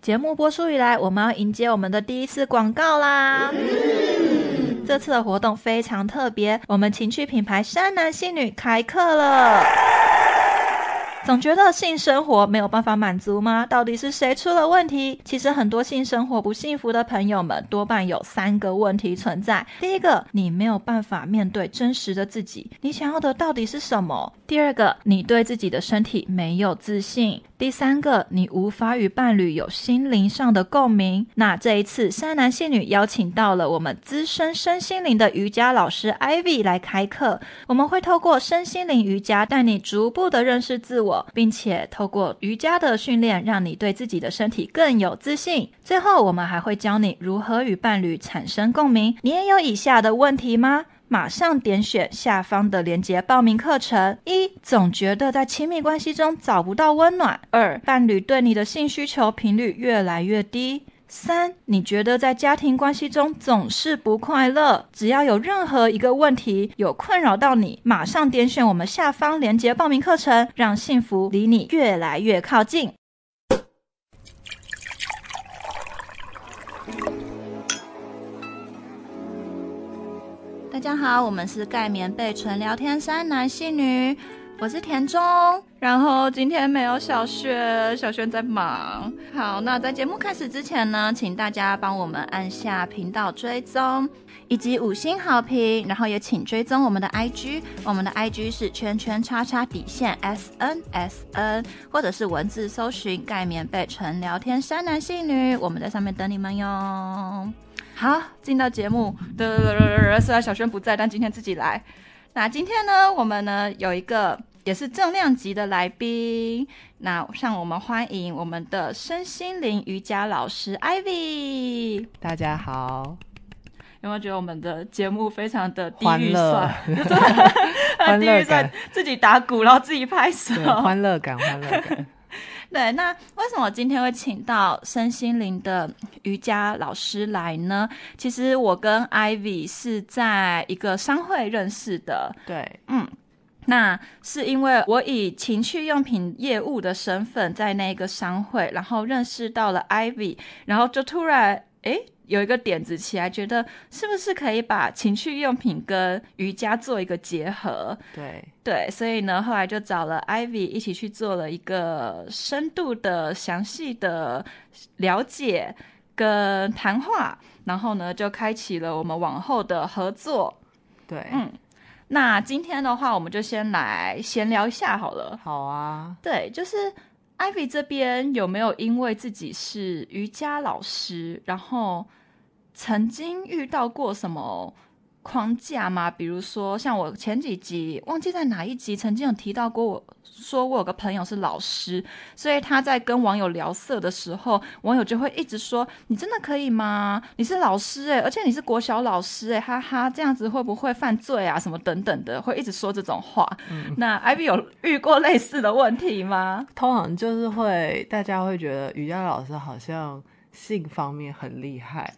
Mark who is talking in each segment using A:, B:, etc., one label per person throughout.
A: 节目播出以来，我们要迎接我们的第一次广告啦！这次的活动非常特别，我们情趣品牌山男信女开课了。总觉得性生活没有办法满足吗？到底是谁出了问题？其实很多性生活不幸福的朋友们，多半有三个问题存在。第一个，你没有办法面对真实的自己，你想要的到底是什么？第二个，你对自己的身体没有自信。第三个，你无法与伴侣有心灵上的共鸣。那这一次，山男信女邀请到了我们资深身心灵的瑜伽老师 Ivy 来开课。我们会透过身心灵瑜伽，带你逐步的认识自我，并且透过瑜伽的训练，让你对自己的身体更有自信。最后，我们还会教你如何与伴侣产生共鸣。你也有以下的问题吗？马上点选下方的链接报名课程。一、总觉得在亲密关系中找不到温暖；二、伴侣对你的性需求频率越来越低；三、你觉得在家庭关系中总是不快乐。只要有任何一个问题有困扰到你，马上点选我们下方链接报名课程，让幸福离你越来越靠近。大家好，我们是盖棉被纯聊天山男性女，我是田中。然后今天没有小轩，小轩在忙。好，那在节目开始之前呢，请大家帮我们按下频道追踪以及五星好评，然后也请追踪我们的 IG，我们的 IG 是圈圈叉叉底线 S N S N，或者是文字搜寻盖棉被纯聊天山男性女，我们在上面等你们哟。好，进到节目。虽然小轩不在，但今天自己来。那今天呢，我们呢有一个也是重量级的来宾。那让我们欢迎我们的身心灵瑜伽老师 Ivy。
B: 大家 好，
A: 有没有觉得我们的节目非常的低
B: 欢
A: 预
B: 乐
A: 算？， 很低预
B: 乐
A: 算
B: 感，
A: 自己打鼓，然后自己拍手。
B: 对，欢乐感，欢乐感。
A: 对，那为什么今天会请到身心灵的瑜伽老师来呢？其实我跟 Ivy 是在一个商会认识的，
B: 对，
A: 那是因为我以情趣用品业务的身份在那个商会，然后认识到了 Ivy，然后就突然诶有一个点子起来，觉得是不是可以把情趣用品跟瑜伽做一个结合？
B: 对，
A: 对，所以呢，后来就找了 Ivy 一起去做了一个深度的、详细的了解跟谈话，然后呢，就开启了我们往后的合作。
B: 对，
A: 嗯那今天的话，我们就先来闲聊一下好了。
B: 好啊。
A: 对，就是 Ivy 这边有没有因为自己是瑜伽老师，然后曾经遇到过什么框架吗？比如说，像我前几集忘记在哪一集曾经有提到过我，说我有个朋友是老师，所以他在跟网友聊色的时候，网友就会一直说：“你真的可以吗？你是老师欸诶、而且你是国小老师诶、哈哈，这样子会不会犯罪啊？什么等等的，会一直说这种话。 那 Ivy 有遇过类似的问题吗？
B: 通常就是会，大家会觉得瑜伽老师好像性方面很厉害，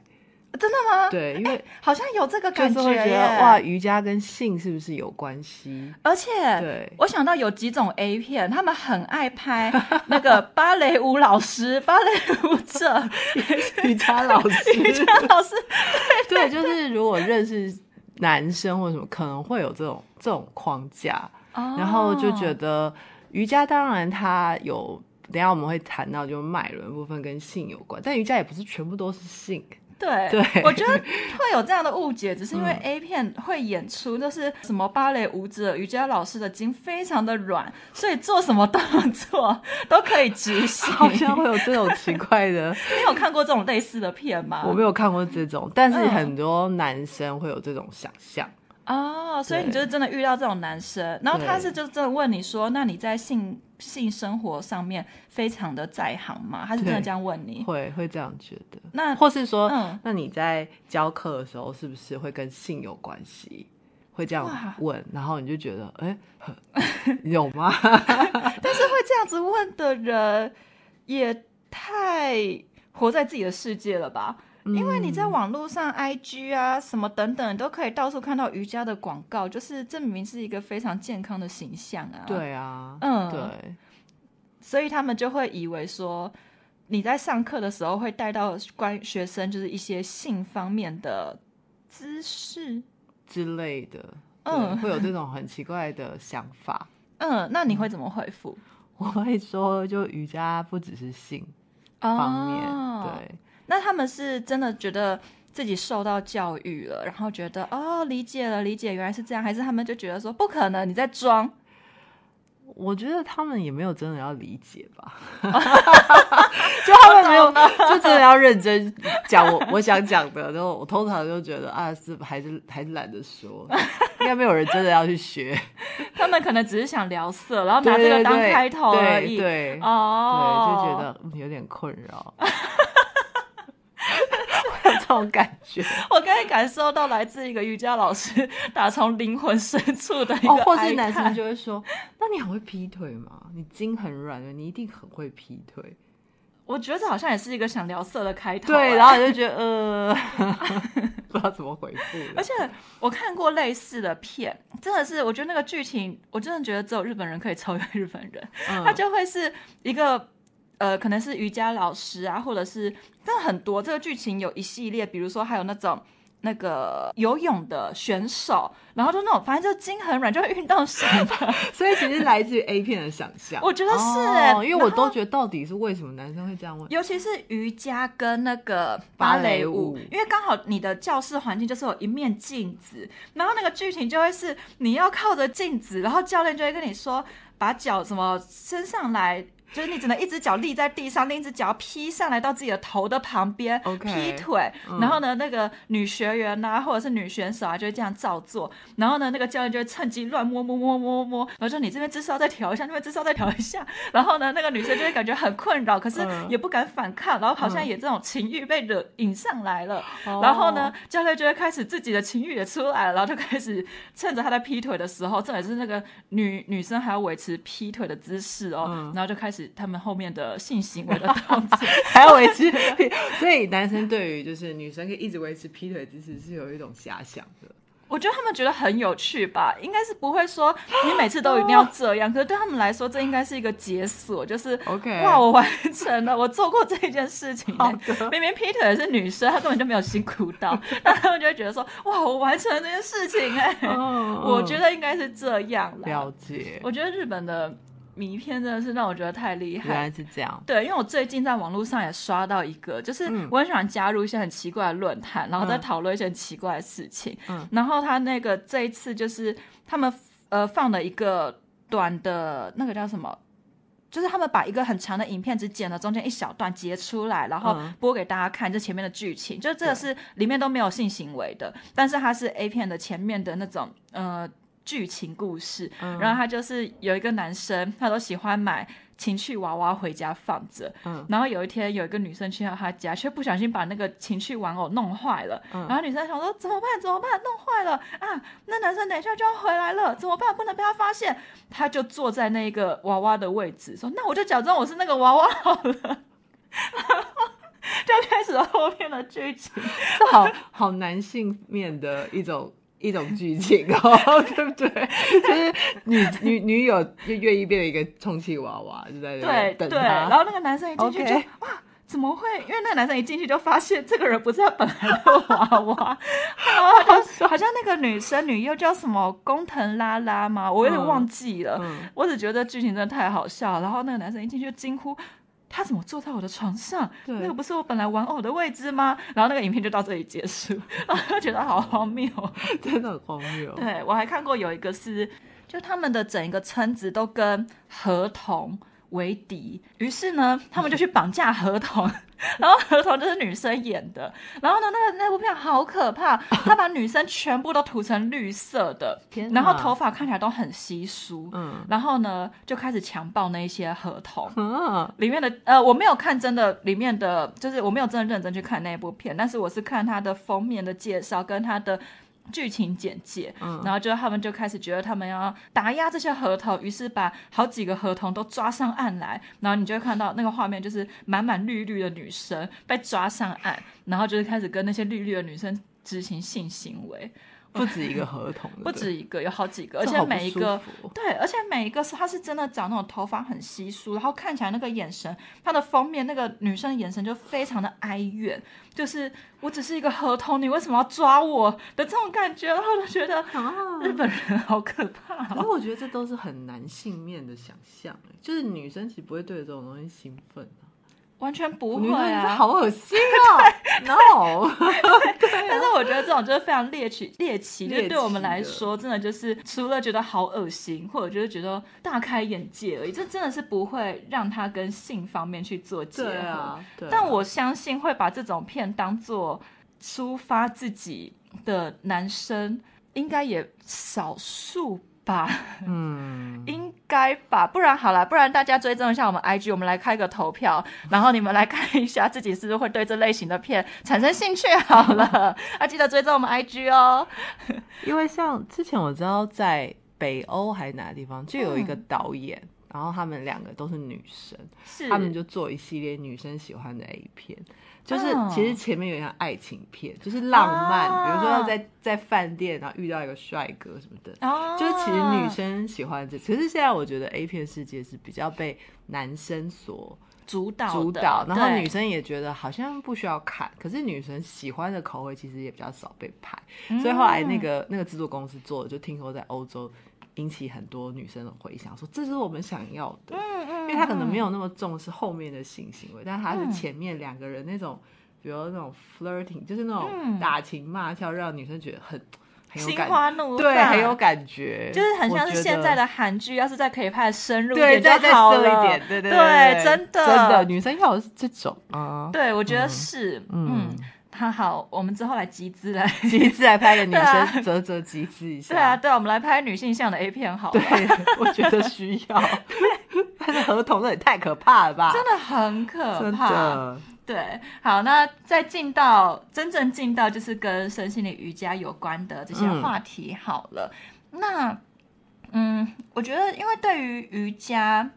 A: 真的吗？
B: 对，因为
A: 好像有这个
B: 就
A: 感
B: 是
A: 觉
B: 会哎觉
A: 耶
B: 得哇，！瑜伽跟性是不是有关系？
A: 而且
B: 对，
A: 我想到有几种 A 片，他们很爱拍那个芭蕾舞老师、芭蕾舞者、
B: 瑜伽老师，
A: 瑜伽老师，
B: 对，就是如果认识男生或什么，可能会有这种这种框架。然后就觉
A: 得
B: 得瑜伽当然它有，等一下我们会谈到就脉轮部分跟性有关，但瑜伽也不是全部都是 性，
A: 对，
B: 对嗯
A: 我觉得会有这样的误解，只是因为 A 片会演出就是什么芭蕾舞者、瑜伽老师的筋非常的软，所以做什么动作都可以执行。
B: 好像会有这种奇怪的，
A: 你有看过这种类似的片吗？
B: 我没有看过这种，但是
A: 嗯
B: 很多男生会有这种想象，
A: 哦，所以你就是真的遇到这种男生，然后他是就真的问你说，那你在性性生活上面非常的在行吗？他是真的
B: 对
A: 这样问你？
B: 会会这样觉得，
A: 那
B: 或是说，
A: 嗯
B: 那你在教课的时候是不是会跟性有关系？会这样
A: 哇
B: 问，然后你就觉得，哎、呵 有吗？
A: 但是会这样子问的人也太活在自己的世界了吧？
B: 嗯
A: 因为你在网络上、IG 啊什么等等，都可以到处看到瑜伽的广告，就是这明明是一个非常健康的形象啊。，
B: 对啊，
A: 嗯
B: 对，
A: 所以他们就会以为说，你在上课的时候会带到关于学生就是一些性方面的知识。
B: 之类的，
A: 嗯
B: 嗯，会有这种很奇怪的想法。
A: 嗯，那你会怎么回复？
B: 我会说，就瑜伽不只是性
A: 啊
B: 方面，
A: 哦，
B: 对，
A: 那他们是真的觉得自己受到教育了，然后觉得哦理解了，理解原来是这样，还是他们就觉得说不可能，你在 装？
B: 我觉得他们也没有真的要理解吧， 就他们没有，就真的要认真讲我 我想讲的。然后我通常就觉得啊，是还是还是懒得 说，应该没有人真的要去学，
A: 他们可能只是想聊色，然后 拿这个当开头而已。
B: 对对对
A: 哦，
B: 对，就觉得、嗯有点困 扰， 会有这种感觉。
A: 我刚才感受到来自一个瑜伽老师 打从灵魂深处的一个
B: 哦
A: 哀，叹，
B: 或是男生就会说：“那你很会劈腿吗？你筋很软的，你一定很会劈腿。
A: 我觉得这好像也是一个想聊色的开”头、
B: 对，
A: 哎
B: 然后我就觉得呃，啊 不知道怎么回复了。
A: 而且我看过类似的片，真的是我觉得那个剧情，我真的觉得只有日本人可以超越日本人。
B: 嗯
A: 他就会是一个呃，可能是瑜伽老师啊，或者是但很多这个剧情有一系列，比如说还有那种。那个游泳的选手，然后就那种，反正就筋很软，就是运动型的。
B: 所以其实来自于 A 片的想象，
A: 我觉得是欸
B: 哦因为我都觉得到底是为什么男生会这样问？
A: 尤其是瑜伽跟那个芭
B: 芭
A: 蕾
B: 蕾
A: 舞，
B: 舞
A: 因为刚好你的教室环境就是有一面镜子，然后那个剧情就会是你要靠着镜子，然后教练就会跟你说把脚什么伸上来。就是你只能一只脚立在地上，另一只脚劈上来到自己的头的旁边
B: OK
A: 劈腿。
B: 嗯
A: 然后呢，那个女学员呐、或者是女选手啊，就会这样照做。然后呢，那个教练就会趁机乱摸摸摸摸摸，然后说你这边姿势要再调一下，那边姿势要再调一下。然后呢，那个女生就会感觉很困扰，可是
B: 嗯
A: 也不敢反抗，然后好像
B: 嗯哦
A: 也这种情欲被惹引上来了。然后呢，教练就会开始自己的情欲也出来了，然后就开始趁着他在劈腿的时候，重点是那个女女生还要维持劈腿的姿势哦，
B: 嗯
A: 然后就开始他们后面的性行为的动作。
B: 还要维持，所以男生对于就是女生可以一直维持劈腿姿势是有一种遐想的。
A: 我觉得他们觉得很有趣吧，应该是不会说你每次都一定
B: 哦
A: 要这样，可是对他们来说，这应该是一个解锁，就是
B: OK
A: 哇，我完成了，我做过这件事情、
B: 好
A: 欸。
B: 的
A: 明明劈腿的是女生，她根本就没有辛苦到，那他们就会觉得说，哇，我完成了这件事情哎、欸
B: 嗯
A: 我觉得应该是这样啦
B: 了。解，
A: 我觉得日本的迷片真的是让我觉得太厉
B: 原
A: 害。
B: 来是这样。
A: 对，因为我最近在网络上也刷到一个，就是
B: 嗯
A: 我很喜欢加入一些很奇怪的论坛，然后再
B: 嗯
A: 讨论一些很奇怪的事情。
B: 嗯
A: 然后他那个这一次就是他们呃放了一个短的那个叫什么？就是他们把一个很长的影片只剪了中间一小段截出来，然后
B: 嗯
A: 播给大家看，就前面的剧情，就这个
B: 对
A: 是里面都没有性行为的，但是它是 A 片的前面的那种呃剧情故事，
B: 嗯
A: 然后他就是有一个男生，他都喜欢买情趣娃娃回家放着。
B: 嗯
A: 然后有一天有一个女生去到他家，却不小心把那个情趣玩偶弄坏了。
B: 嗯
A: 然后女生想说怎么办？怎么办？弄坏了啊！那男生等一下就要回来了，怎么办？不能被他发现。他就坐在那个娃娃的位置，说那我就假装我是那个娃娃好了。 然后就开始了后面的剧情。
B: 这好好男性面的一种 一种剧情哦，对不对？ 就是女女女友就愿意变成一个充气娃娃，就在
A: 对
B: 那边
A: 对，
B: 等
A: 然
B: 他。
A: 后那个男生一进去就
B: OK
A: 哇，怎么会？因为那个男生一进去就发现这个人不是他本来的娃 娃， 然后他就好像那个女生女优叫什么工藤拉拉吗？我有点
B: 嗯
A: 忘记了，
B: 嗯
A: 我只觉得剧情真的太好笑了。然后那个男生一进去就惊呼。他怎么坐在我的床上？
B: 对
A: 那个不是我本来玩偶的位置吗？然后那个影片就到这里结束， 然后就觉得好荒谬哦。
B: 真的很荒谬。
A: 对我还看过有一个是，就他们的整一个村子都跟合同为敌，于是呢，他们就去绑架合同， 然后合同就是女生演的，然后呢，那个那部片好可 怕，他把女生全部都涂成绿色的
B: 天，
A: 然后
B: 哪
A: 头发看起来都很稀疏，
B: 嗯
A: 然后呢，就开始强暴那一些合同。
B: 啊，
A: 里面的呃，我没有看真的里面的，就是我没有真的认真去看那一部片，但是我是看它的封面的介绍跟它的剧情简介，
B: 嗯
A: 然后就他们就开始觉得他们要打压这些合同，于是把好几个合同都抓上岸来，然后你就会看到那个画面就是满满绿绿的女生被抓上岸，然后就是开始跟那些绿绿的女生执行性行为。
B: 不止一个合同，
A: 不
B: 对
A: 止一个，有好几个，而
B: 这
A: 且
B: 好不
A: 每一
B: 舒
A: 个
B: 服哦
A: 对，而且每一个是他是真的找那种头发很稀疏，然后看起来那个眼神，他的封面那个女生的眼神就非常的哀怨，就是我只是一个合同，你为什么要抓我的这种感觉，然后我就觉得
B: 啊。
A: 日本人好可怕
B: 可
A: 哦、
B: 是我觉得这都是很男性面的想象，哎就是女生其实不会对这种东西兴奋啊。
A: 完全不
B: 女
A: 会
B: 生觉得
A: 啊。
B: 好恶心哦 ，no，
A: 但是我觉得这种就是非常猎奇，猎奇，就是
B: 猎
A: 对我们
B: 奇
A: 来
B: 的
A: 说，真的就是除了觉得好恶心，或者就是觉得大开眼界而已，这真的是不会让他跟性方面去做结合。
B: 对啊，对啊。
A: 但我相信会把这种片当做抒发自己的男生，应该也少数吧，
B: 嗯，
A: 应该吧，不然好啦，不然大家追踪一下我们 IG，我们来开个投票，然后你们来看一下自己是不是会对这类型的片产生兴趣好了， 啊，记得追踪我们 IG 哦。
B: 因为像之前我知道在北欧还是哪个地方，就有一
A: 嗯
B: 个导演，然后他们两个都是女生，
A: 是，
B: 他们就做一系列女生喜欢的 A 片，就是
A: 嗯
B: 其实前面有点像爱情片，就是浪漫，
A: 啊
B: 比如说要在在饭店然后遇到一个帅哥什么的。
A: 哦，
B: 就是其实女生喜欢这，可是现在我觉得 A 片世界是比较被男生所
A: 主导
B: 主
A: 的
B: 导，然后
A: 对
B: 女生也觉得好像不需要看，可是女生喜欢的口味其实也比较少被拍，所以后来
A: 哦
B: 那个那个制作公司做的，就听说在欧洲引起很多女生的回响，说这是我们想要的，
A: 嗯，嗯
B: 因为他可能没
A: 有
B: 有那么重视后面的性行为，但他
A: 嗯
B: 是前面两个人那种，比如那种 flirting，就是那
A: 嗯
B: 种打情骂俏，让女生觉得很很有
A: 心
B: 感
A: 花怒放，
B: 对，很有感觉，
A: 就是很像
B: 我
A: 是
B: 觉
A: 现
B: 得
A: 在的韩剧，要是再可以拍的深入一
B: 对，
A: 点
B: 再
A: 就
B: 再
A: 好
B: 深
A: 了。
B: 一点，对对
A: 对真的
B: 真的，女生要的是这种啊，
A: 对，我觉得是，嗯
B: 嗯，
A: 他、好，我们之后来集资来，
B: 集资来拍个女
A: 对啊
B: 生啧啧集资一下，
A: 对啊，对啊，我们来拍女性向的 A 片好了，
B: 对，我觉得需要，但是合同那也太可怕了吧，
A: 真的很可
B: 真
A: 怕。
B: 的，
A: 对，好，那再进到真正进到就是跟身心灵瑜伽有关的这些
B: 嗯
A: 话题好了，那嗯，我觉得因为对于瑜伽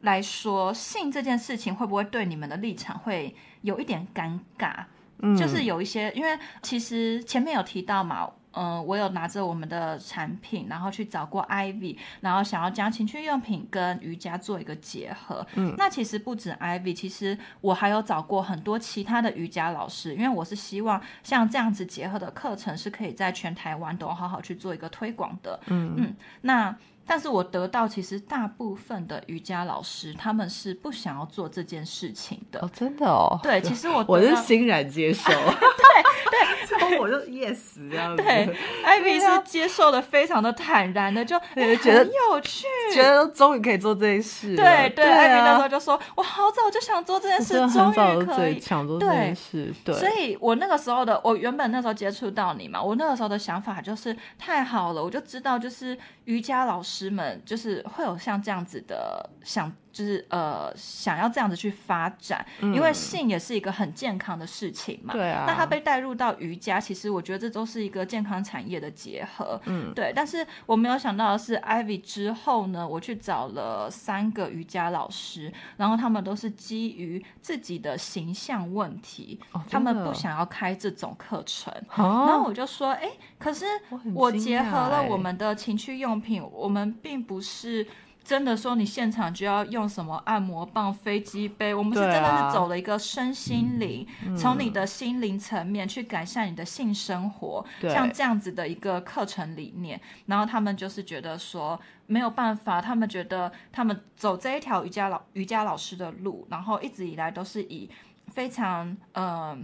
A: 来说，性这件事情会不会对你们的立场会有一点尴尬？
B: 嗯
A: 就是有一些，因为其实前面有提到嘛，嗯、我有拿着我们的产品，然后去找过 Ivy，然后想要将情趣用品跟瑜伽做一个结合。嗯，那其实不止 Ivy，其实我还有找过很多其他的瑜伽老师，因为我是希望像这样子结合的课程是可以在全台湾都好好去做一个推广的。嗯嗯，那。但是我得到，其实大部分的瑜伽老师他们是不想要做这件事情的。
B: 哦，真的哦，
A: 对，其实我
B: 我
A: 得
B: 是
A: 到
B: 欣然 接受，对对，我就 yes 这样子，
A: 对，艾米
B: 对啊
A: 是接受的非常的坦然的，就
B: 对
A: 哎
B: 觉得
A: 很有趣。
B: 觉得终于可以做这件事了，
A: 对对，艾米那时
B: 啊
A: 候就说：“我好早就想做这件事
B: 真的，
A: 终
B: 很早
A: 于
B: 就
A: 可
B: 最
A: 以。
B: 想做这
A: 对
B: 件事，”对，
A: 所以，我那个时候的我原本那时候接触到你嘛，我那个时候的想法就是太好了，我就知道就是瑜伽老师们就是会有像这样子的想，就是呃想要这样子去发展，因
B: 嗯
A: 为性也是一个很健康的事情嘛。
B: 对啊，
A: 那它被带入到瑜伽，其实我觉得这都是一个健康产业的结合。嗯，对。但是我没有想到的是，Ivy 之后呢，我去找了三个瑜伽老师，然后他们都是基于自己的形象问题，
B: 哦
A: 他
B: 真
A: 们
B: 的
A: 不
B: 哦
A: 想要开这种课程。
B: 啊，
A: 然后我就说，哎、可是
B: 我很
A: 我
B: 惊
A: 结合
B: 讶
A: 了
B: 欸
A: 我们的情趣用品，我们并不是真的说你现场就要用什么按摩棒、飞机杯，我们是
B: 对
A: 真的
B: 啊嗯
A: 是走了一个身心灵，从你的心灵层面去改善你的性生活，
B: 对
A: 像这样子的一个课程理念。然后他们就是觉得说没有办法，他们觉得他们走这一条瑜伽老瑜伽老师的路，然后一直以来都是以非常嗯、呃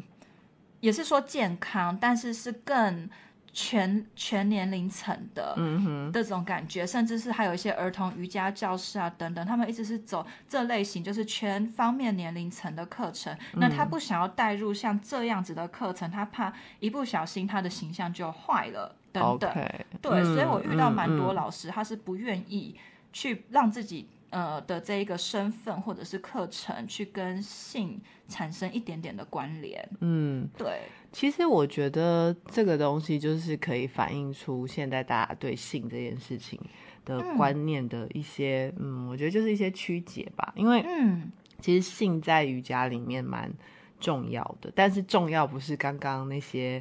A: 也是说健康，但是是更全全年龄层的，
B: 嗯哼，
A: 这种感觉，甚至是还有一些儿童瑜伽教室啊等等，他们一直是走这类型，就是全方面年龄层的课程。那
B: 嗯
A: 他不想要带入像这样子的课程，他怕一不小心他的形象就坏了等等。
B: OK，
A: 对，
B: 嗯
A: 所以我遇到蛮多
B: 嗯嗯
A: 老师，他是不愿意去让自己呃的这一个身份或者是课程去跟性产生一点点的关联。
B: 嗯，
A: 对，
B: 其实我觉得这个东西就是可以反映出现在大家对性这件事情的
A: 嗯
B: 观念的一些，嗯我觉得就是一些曲解吧。因为
A: 嗯，
B: 其实性在瑜伽里面蛮重要的，但是重要不是刚刚那些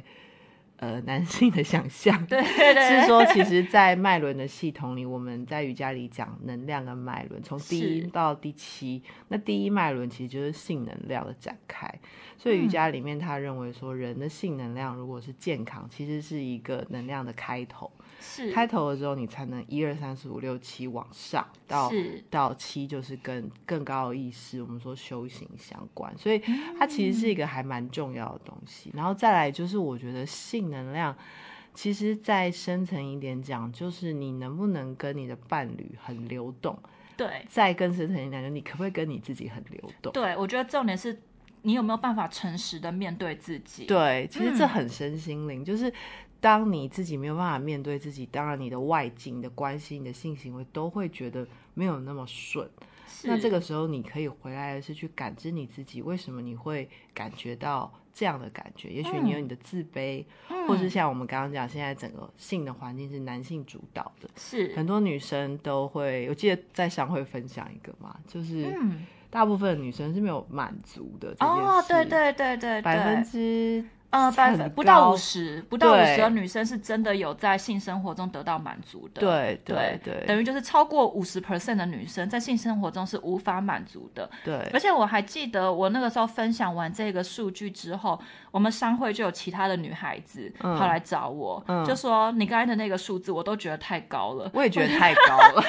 B: 呃男性的想象，
A: 对对对，
B: 是说其实，在脉轮的系统里，我们在瑜伽里讲能量跟脉轮，从第一
A: 是
B: 到第七，那第一脉轮其实就是性能量的展开。所以
A: 嗯
B: 瑜伽里面他认为说，人的性能量如果是健康，其实是一个能量的开头，
A: 是
B: 开头了之后，你才能一二三四五六七往上到。
A: 是
B: 到七就是跟更高的意识，我们说修行相关，所以它其实
A: 嗯
B: 是一个还蛮重要的东西。然后再来就是，我觉得性能量，其实再深层一点讲，就是你能不能跟你的伴侣很流动；
A: 对
B: 再更深层一点讲，你可不可以跟你自己很流动？
A: 对，我觉得重点是你有没有办法诚实的面对自己。
B: 对，其实
A: 嗯
B: 这很身心灵，就是当你自己没有办法面对自己，当然你的外境、你的关系、你的性行为都会觉得没有那么顺。
A: 是，
B: 那这个时候你可以回来的是去感知你自己，为什么你会感觉到这样的感觉？也许你有你的自卑，
A: 嗯
B: 或是像我们刚刚讲，现在整个性的环境是男性主导的，
A: 是
B: 很多女生都会，我记得在上会分享一个嘛，就是
A: 嗯
B: 大部分的女生是没有满足的这件事，
A: 哦，对对对对
B: 百分
A: 对。
B: 之
A: 呃，百
B: 很
A: 分不到
B: 高
A: 五十，不到五十
B: 对
A: 的女生是真的有在性生活中得到满足的。
B: 对对
A: 对
B: 对
A: 等于就是超过五十 percent 的女生在性生活中是无法满足的。
B: 对
A: 而且我还记得，我那个时候分享完这个数据之后，我们商会就有其他的女孩子
B: 嗯
A: 跑来找我，
B: 嗯
A: 就说你刚才的那个数字我都觉得太高了。
B: 我也觉得太高 了，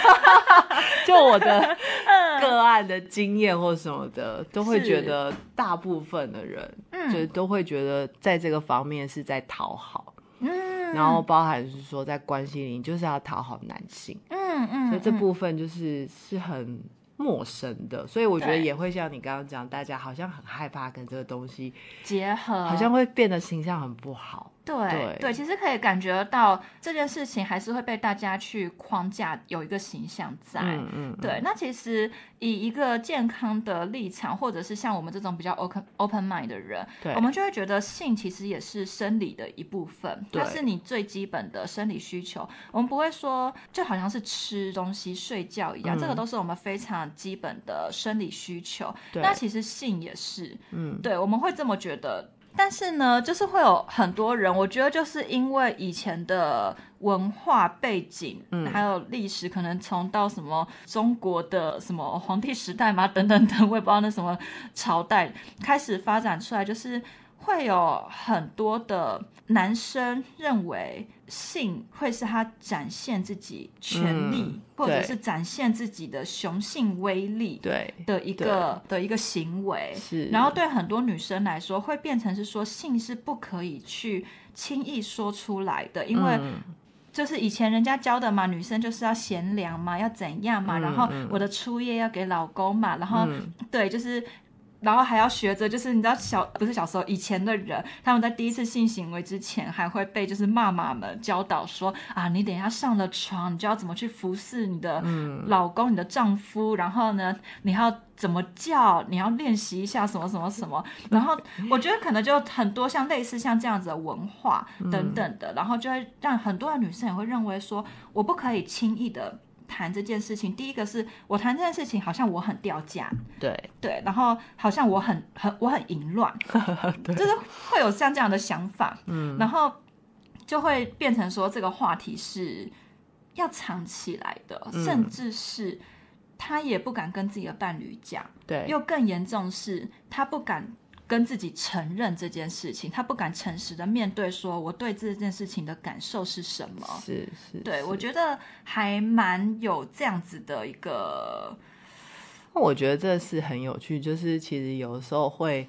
B: 就我的
A: 嗯
B: 个案的经验或什么的，都会
A: 是
B: 觉得大部分的人，
A: 嗯
B: 就是都会觉得在这个方面是在讨好，
A: 嗯
B: 然后包含是说在关系里你就是要讨好男性，
A: 嗯嗯，
B: 所以这
A: 嗯
B: 部分就是是很。陌生的，所以我觉得
A: 对
B: 也会像你刚刚讲，大家好像很害怕跟这个东西，
A: 结合
B: 好像会变得形象很不好。
A: 对
B: 对
A: 其实可以感觉到这件事情还是会被大家去框架，有一个形象在。
B: 嗯嗯，
A: 对，那其实以一个健康的立场，或者是像我们这种比较 open open mind 的人，
B: 对
A: 我们就会觉得性其实也是生理的一部分，它
B: 对
A: 是你最基本的生理需求。我们不会说就好像是吃东西、睡觉一样，这个
B: 嗯
A: 都是我们非常基本的生理需求。
B: 对
A: 那其实性也是，
B: 嗯，
A: 对，我们会这么觉得。但是呢，就是会有很多人，我觉得就是因为以前的文化背景，
B: 嗯
A: 还有历史，可能从到什么中国的什么皇帝时代嘛，等等等，我也不知道那什么朝代开始发展出来，就是会有很多的男生认为性会是他展现自己权利，
B: 嗯
A: 或者
B: 对
A: 是展现自己的雄性威力，
B: 对
A: 的一个的一个行为，
B: 是
A: 然后对很多女生来说，会变成是说性是不可以去轻易说出来的，因为
B: 嗯
A: 就是以前人家教的嘛，女生就是要贤良嘛，要怎样嘛，
B: 嗯
A: 然后
B: 嗯
A: 我的初夜要给老公嘛，然后、
B: 嗯
A: 对，就是。然后还要学着，就是你知道小不是小时候以前的人，他们在第一次性行为之前还会被就是妈妈们教导说啊，你等一下上了床，你就要怎么去服侍你的
B: 嗯
A: 老公、你的丈夫，然后呢，你还要怎么叫，你要练习一下什么什么什么。然后我觉得可能就很多像类似像这样子的文化等等的，然后就会让很多的女生也会认为说，我不可以轻易的谈这件事情。第一个是我谈这件事情好像我很掉价，
B: 对
A: 对，然后好像我很很我很淫乱，就是会有像这样的想法，嗯，然后就会变成说这个话题是要藏起来的，
B: 嗯
A: 甚至是他也不敢跟自己的伴侣讲，
B: 对，
A: 又更严重是他不敢。跟自己承认这件事情，他不敢诚实的面对，说我对这件事情的感受是什么？
B: 是是，
A: 对我
B: 是
A: 觉得还蛮有这样子的一个，
B: 那我觉得这是很有趣，就是其实有时候会，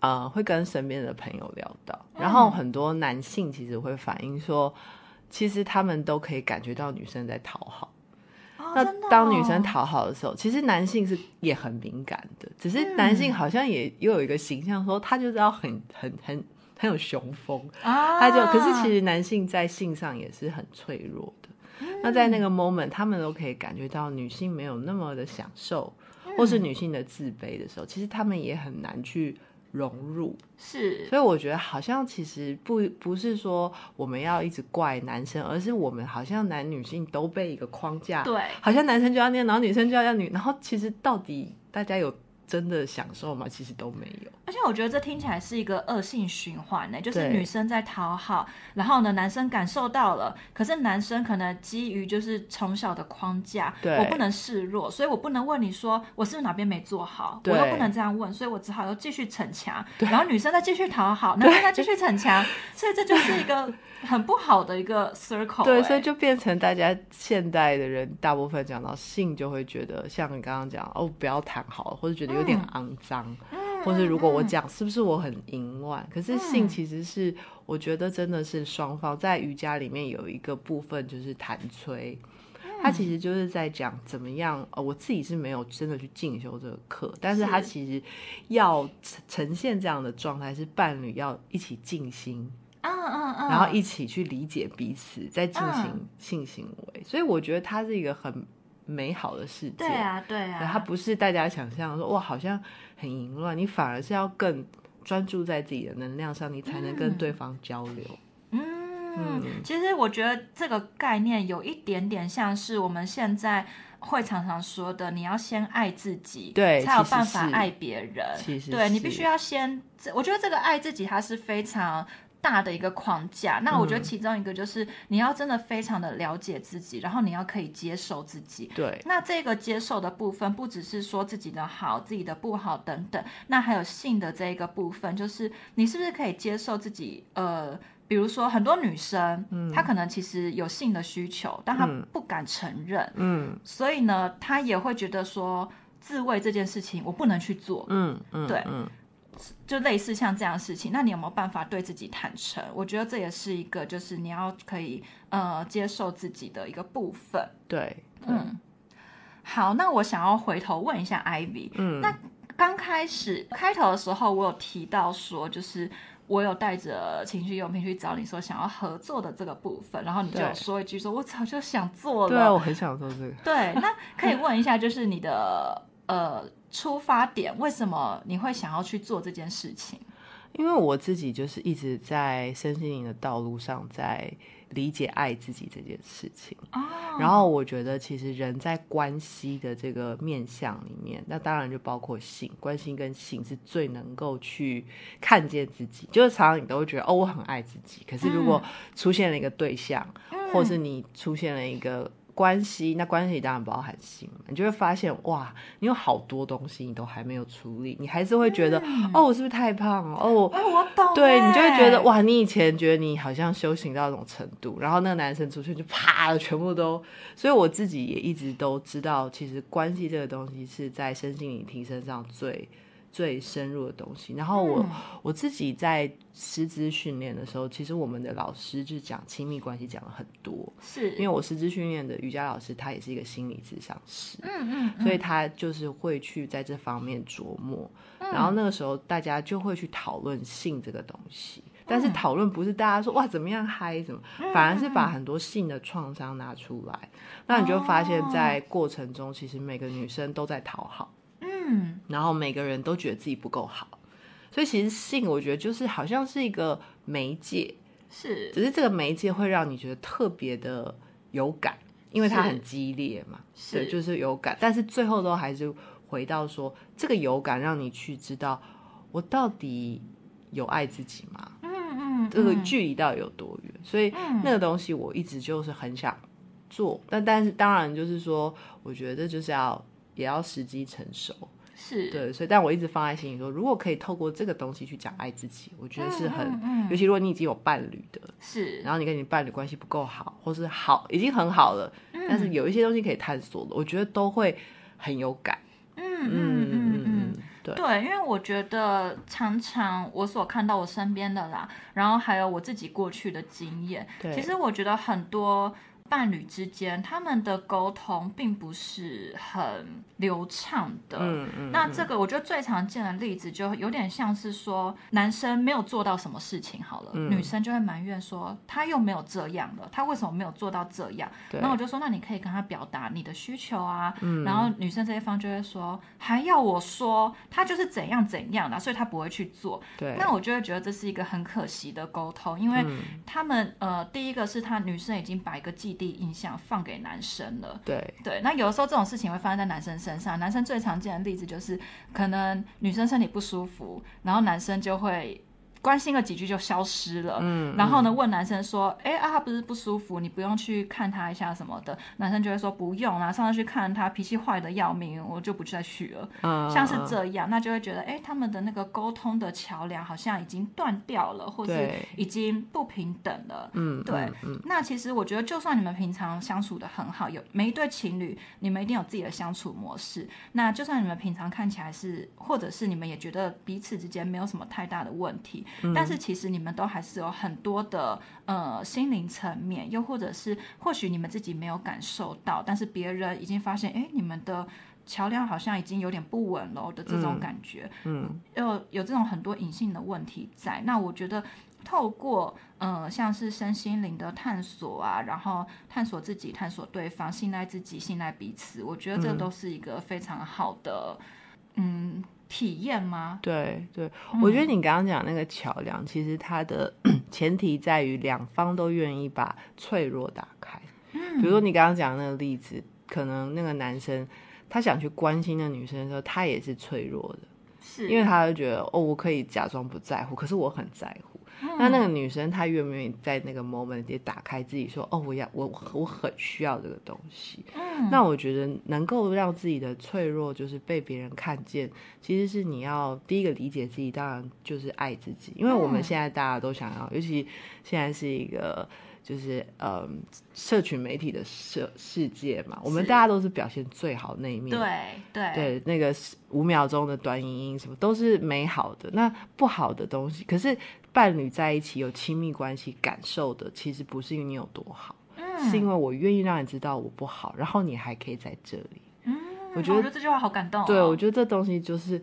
B: 呃，会跟身边的朋友聊到，
A: 嗯
B: 然后很多男性其实会反映说，其实他们都可以感觉到女生在讨好。
A: 哦
B: 那
A: 真的
B: 当女
A: 哦
B: 生讨好的时候，其实男性是也很敏感的，只是男
A: 嗯
B: 性好像也又有一个形象说，他就是要很很很很有雄风，
A: 啊，
B: 他就可是其实男性在性上也是很脆弱的。那在那个
A: 嗯
B: moment，他们都可以感觉到女性没有那么的享受，
A: 嗯
B: 或是女性的自卑的时候，其实他们也很难去融入。
A: 是
B: 所以我觉得好像其实不不是说我们要一直怪男生，而是我们好像男女性都被一个框架，
A: 对
B: 好像男生就要念，然后女生就要要女，然后其实到底大家有真的享受吗？其实都没有。
A: 而且我觉得这听起来是一个恶性循环呢、就是
B: 对
A: 女生在讨好，然后呢，男生感受到了，可是男生可能基于就是从小的框架，
B: 对
A: 我不能示弱，所以我不能问你说我是不是哪边没做好，我
B: 对
A: 又不能这样问，所以我只好又继续逞强，然后女生再继续讨 好，男生再继续逞强，所以这就是一个很不好的一个 circle、
B: 对，
A: 欸
B: 所以就变成大家现代的人，大部分讲到性，就会觉得像你刚刚讲，哦，不要谈好了，或者觉得有点肮脏，或者如果我讲，是不是我很淫乱？可是性
A: 嗯
B: 其实是，我觉得真的是双方在瑜伽里面有一个部分就是弹吹。它其实就是在讲怎么样，呃，我自己是没有真的去进修这个课，但是它
A: 是
B: 其实要呈呈现这样的状态，是伴侣要一起静心，
A: 嗯嗯嗯，
B: 然后一起去理解彼此，再进行
A: 嗯
B: 性行为。所以我觉得它是一个很美好的世界。
A: 对啊对啊，
B: 对它不是大家想象说哇，好像很淫乱，你反而是要更专注在自己的能量上，你才能跟
A: 嗯
B: 对方交流。
A: 嗯
B: 嗯，
A: 其实我觉得这个概念有一点点像是我们现在会常常说的，你要先爱自己，
B: 对
A: 才有
B: 其实
A: 办法
B: 是
A: 爱别人。
B: 其实
A: 对你
B: 是
A: 必须要先，这我觉得这个爱自己它是非常。大的一个框架，那我觉得
B: 嗯
A: 其中一个就是你要真的非常的了解自己，然后你要可以接受自己，
B: 对
A: 那这个接受的部分，不只是说自己的好、自己的不好等等，那还有性的这一个部分，就是你是不是可以接受自己？呃，比如说很多女生，她可能其实有性的需求，但她
B: 嗯
A: 不敢承认，
B: 嗯
A: 所以呢，她也会觉得说自慰这件事情我不能去做，
B: 嗯嗯，
A: 对
B: 嗯，
A: 就类似像这样的事情。那你有没有办法对自己坦诚？我觉得这也是一个，就是你要可以呃接受自己的一个部分。
B: 对，嗯
A: 嗯，好，那我想要回头问一下 Ivy，
B: 嗯，
A: 那刚开始开头的时候，我有提到说，就是我有带着情绪用品去找你说想要合作的这个部分，然后你就有
B: 对
A: 说一句说，我早就想做
B: 对啊，
A: 了。
B: 我很想说这个。
A: 对，那可以问一下，就是你的 呃出发点，为什么你会想要去做这件事情？
B: 因为我自己就是一直在身心灵的道路上，在理解爱自己这件事情。
A: 哦
B: 然后我觉得，其实人在关系的这个面向里面，那当然就包括性，关系跟性是最能够去看见自己。就是常常你都会觉得，哦，我很爱自己。可是如果出现了一个对象，或是你出现了一个关系，那关系当然包含性嘛，你就会发现，哇，你有好多东西你都还没有处理，你还是会觉得，哦，我是不是太胖了？哦，我
A: 哎，我懂欸，
B: 对你就会觉得哇，你以前觉得你好像修行到一种程度，然后那个男生出去就啪，全部都。所以我自己也一直都知道，其实关系这个东西是在身心灵提升上最最深入的东西。然后我、
A: 嗯
B: 我自己在师资训练的时候，其实我们的老师就讲亲密关系讲了很多，
A: 是，
B: 因为我师资训练的瑜伽老师他也是一个心理咨商师。
A: 嗯嗯，
B: 所以他就是会去在这方面琢磨，
A: 嗯
B: 然后那个时候大家就会去讨论性这个东西，但
A: 嗯
B: 是讨论不是大家说哇怎么样嗨怎么，反而是把很多性的创伤拿出来，那你就发现，
A: 哦
B: 在过程中其实每个女生都在讨好，
A: 嗯
B: 然后每个人都觉得自己不够好，所以其实性我觉得就是好像是一个媒介，
A: 是，
B: 只是这个媒介会让你觉得特别的有感，因为它
A: 是
B: 很激烈嘛，
A: 是
B: 对，就是有感，但是最后都还是回到说，这个有感让你去知道我到底有爱自己吗？
A: 嗯嗯，
B: 这个
A: 嗯
B: 距离到底有多远？所以
A: 嗯
B: 那个东西我一直就是很想做，但但是当然就是说，我觉得就是要也要时机成熟，
A: 是，嗯
B: 对，所以但我一直放在心里说，如果可以透过这个东西去讲爱自己，我觉得是很，
A: 嗯嗯嗯
B: 尤其如果你已经有伴侣的，
A: 是，
B: 然后你跟你伴侣关系不够好，或是好已经很好了，
A: 嗯
B: 但是有一些东西可以探索的，我觉得都会很有感。
A: 嗯
B: 嗯
A: 嗯嗯嗯。
B: 嗯，对，
A: 对，因为我觉得常常我所看到我身边的啦，然后还有我自己过去的经验，
B: 对
A: 其实我觉得很多伴侣之间他们的沟通并不是很流畅的。
B: 嗯嗯，
A: 呃那这个我觉得最常见的例子就有点像是说，男生没有做到什么事情好了，
B: 嗯
A: 女生就会埋怨说他又没有这样了，他为什么没有做到这样？
B: 对嗯
A: 然后我就说，那你可以跟他表达你的需求啊。然后女生这一方就会说，还要我说，他就是怎样怎样的、所以他不会去做。
B: 对，嗯
A: 那我就会觉得这是一个很可惜的沟通，因为他们、呃，第一个是他女生已经把一个既定第一印象放给男生了。
B: 对，
A: 对，那有的时候这种事情会发生在男生身上。男生最常见的例子就是，可能女生身体不舒服，然后男生就会关心了几句就消失了。
B: 嗯
A: 然后呢，问男生说：“哎啊，他不是不舒服，你不用去看他一下什么的。”男生就会说：“不用啊，上次去看他，脾气坏的要命，我就不再去了。”
B: 嗯
A: 像是这样，那就会觉得，哎，他们的那个沟通的桥梁好像已经断掉了，或是
B: 对
A: 已经不平等了。
B: 嗯，
A: 对
B: 嗯嗯
A: 那其实我觉得，就算你们平常相处的很好，有每一对情侣，你们一定有自己的相处模式。那就算你们平常看起来是，或者是你们也觉得彼此之间没有什么太大的问题，
B: 嗯
A: 但是其实你们都还是有很多的呃心灵层面，又或者是或许你们自己没有感受到，但是别人已经发现，哎，你们的。桥梁好像已经有点不稳了的这种
B: 嗯
A: 感觉，
B: 嗯
A: 有有这种很多隐性的问题在。那我觉得透过呃像是身心灵的探索啊，然后探索自己、探索对方、信赖自己、信赖彼此，我觉得这
B: 嗯
A: 都是一个非常好的嗯体验吗？
B: 对对，
A: 嗯
B: 我觉得你刚刚讲那个桥梁，其实它的 前提在于两方都愿意把脆弱打开。
A: 嗯
B: 比如说你刚刚讲的那个例子，可能那个男生他想去关心那女生的时候，他也是脆弱的。
A: 是
B: 因为他就觉得哦，我可以假装不在乎，可是我很在乎。
A: 嗯
B: 那那个女生她愿不愿意在那个 moment 也打开自己说，哦，我要我我我很需要这个东西。
A: 嗯
B: 那我觉得能够让自己的脆弱就是被别人看见，其实是你要第一个理解自己，当然就是爱自己，因为我们
A: 嗯
B: 现在大家都想要，尤其现在是一个。就是嗯，社群媒体的世世界嘛，我们
A: 是
B: 大家都是表现最好那一面，
A: 对对
B: 对，那个是五秒钟的短影音什么都是美好的，那不好的东西，可是伴侣在一起有亲密关系，感受的其实不是因为你有多好，
A: 嗯
B: 是因为我愿意让你知道我不好，然后你还可以在这里。
A: 嗯
B: 我觉得
A: 这句话好感动、哦。
B: 对，我觉得这东西就是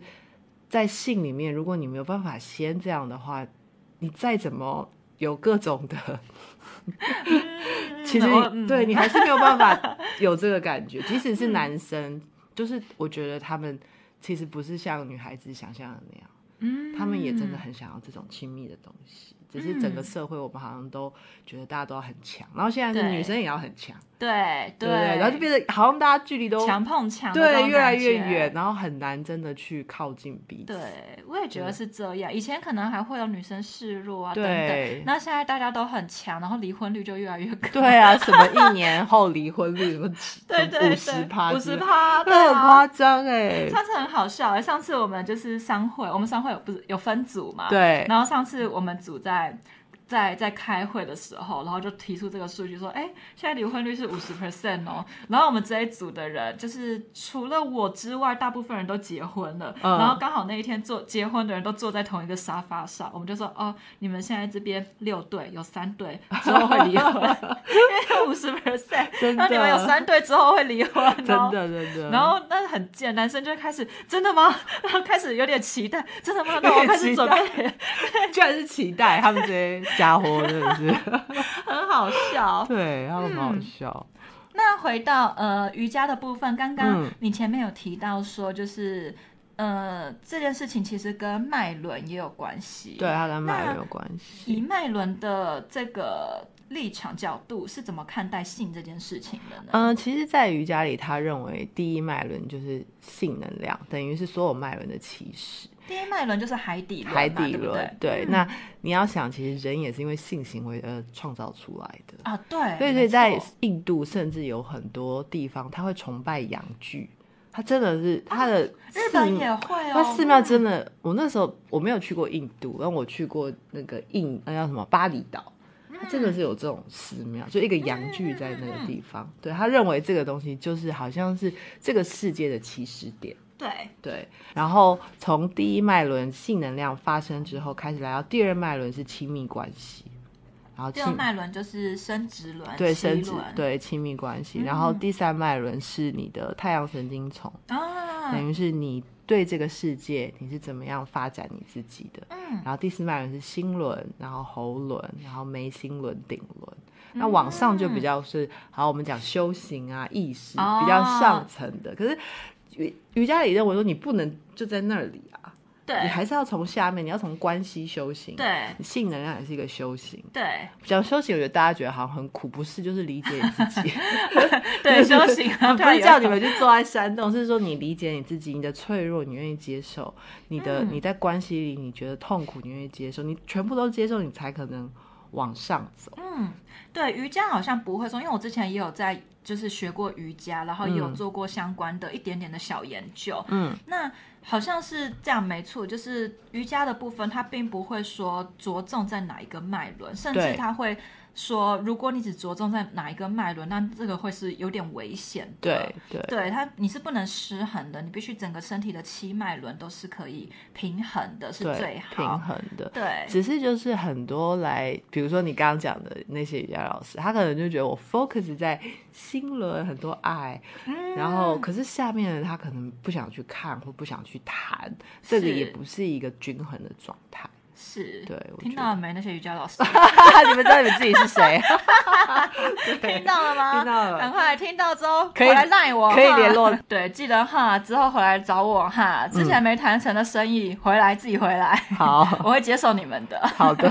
B: 在性里面，如果你没有办法先这样的话，你再怎么有各种的， 其实你、
A: 我嗯
B: 对你还是没有办 法有这个感觉。即使是男生，就是我觉得他们其实不是像女孩子想象的那样，
A: 嗯嗯
B: 他们也真的很想要这种亲密的东西。只是整个社会，我们好像都觉得大家都要很强，然后现在是
A: 对
B: 女生也要很强，
A: 对
B: 对不对？然后就变得好像大家距离都
A: 强碰强的那
B: 对
A: 种
B: 越来
A: 感
B: 越
A: 觉
B: 远，然后很难真的去靠近彼此。
A: 对，我也觉得
B: 对
A: 是这样。以前可能还会有女生示弱啊等
B: 对
A: 等，那现在大家都很强，然后离婚率就越来越高。
B: 对啊，什么一年后离婚率什么
A: 对对
B: 五十趴，
A: 五十，趴，对
B: 那很
A: 啊。
B: 夸张哎。
A: 上次很好笑欸，上次我们就是商会，我们商会有不是有分组嘛？。
B: 对，
A: 然后上次我们组在在在开会的时候，然后就提出这个数据说，哎，现在离婚率是五十 percent 哦。然后我们这一组的人，就是除了我之外，大部分人都结婚了。
B: 嗯
A: 然后刚好那一天坐结婚的人都坐在同一个沙发上，我们就说，哦，你们现在这边六对，有三对之后会离婚， 因为五十 percent，
B: 真的
A: 那你们有三对之后会离婚、哦，
B: 真的真的。
A: 然后那很贱，男生就会开始真的吗？ 然后开始有点期待，真的吗？那我
B: 有点
A: 开始
B: 期
A: 准
B: 待
A: 备，
B: 居然是期待他们这些家伙，真的是，
A: 很好笑。
B: 对他们很
A: 嗯
B: 好笑。
A: 那回到呃瑜伽的部分，刚刚
B: 嗯
A: 你前面有提到说，就是、呃这件事情其实跟脉轮也有关系。
B: 对，啊他跟买没有关系。
A: 以脉轮的这个立场角度是怎么看待性这件事情的呢？
B: 嗯，其实，在瑜伽里，他认为第一脉轮就是性能量，等于是所有脉轮的起始。
A: 第一脉轮就是海底轮嘛，
B: 海底
A: 对不
B: 轮
A: 对，嗯
B: 对。那你要想，其实人也是因为性行为而创造出来的。
A: 啊，对，
B: 所以，所
A: 没
B: 以在
A: 错
B: 印度甚至有很多地方，他会崇拜洋剧，他真的是他的
A: 啊日
B: 寺
A: 本也会哦，
B: 那寺庙真的，我那时候我没有去过印度，但我去过那个印那叫什么巴厘岛，
A: 嗯
B: 它真的是有这种寺庙，就一个洋剧在那个地方。对他认为这个东西就是好像是这个世界的起始点。
A: 对，
B: 对，然后从第一脉轮性能量发生之后开始，来到第二脉轮是亲密关系，然后
A: 第
B: 亲
A: 二脉轮就是生殖轮，
B: 对
A: 脐
B: 生殖
A: 轮嗯
B: 对亲密关系，然后第三脉轮是你的太阳神经丛，
A: 啊，
B: 等于是你对这个世界你是怎么样发展你自己的。
A: 嗯，
B: 然后第四脉轮是心轮，然后喉轮，然后眉心轮、顶轮。那往上就比较是，好，我们讲修行啊、意识
A: 哦
B: 比较上层的。可是瑜瑜伽里认为说，你不能就在那里啊，你
A: 对
B: 还是要从下面，你要从关系修行。，
A: 对
B: 性能量也是一个修行。
A: 对
B: 讲修行，我觉得大家觉得好像很苦，不是？就是理解你自己。
A: 对，修 行啊，
B: 不是叫你们去坐在山洞，是说你理解你自己，你的脆弱你愿意接受，你的、
A: 嗯
B: 你在关系里你觉得痛苦你愿意接受，你全部都接受，你才可能往上走。
A: 嗯，对，瑜伽好像不会说，因为我之前也有在就是学过瑜伽，然后也有
B: 嗯
A: 做过相关的一点点的小研究。
B: 嗯，
A: 那好像是这样，没错，就是瑜伽的部分，它并不会说着重在哪一个脉轮，甚至
B: 对
A: 它会说，如果你只着重在哪一个脉轮，那这个会是有点危险的。
B: 对对
A: 对它，你是不能失衡的，你必须整个身体的七脉轮都是可以平衡的，是最
B: 对，平
A: 好。
B: 衡的。
A: 对，
B: 只是就是很多来，比如说你刚刚讲的那些瑜伽老师，他可能就觉得我 focus 在心轮很多爱，
A: 嗯
B: 然后可是下面的他可能不想去看或不想去谈，这个
A: 是
B: 也不是一个均衡的状态。
A: 是，
B: 对我
A: 听
B: 觉得
A: 到了没？那些瑜伽老师
B: 你们知道你们自己是谁？
A: 听到了吗？
B: 听到了
A: 赶快听到之后
B: 可以
A: 回来赖我，
B: 可以
A: 哈
B: 联络。嗯
A: 对，记得哈，之后回来找我哈。之前没谈成的生意，回来自己回 来，
B: 好
A: 我会接受你们的。
B: 好的，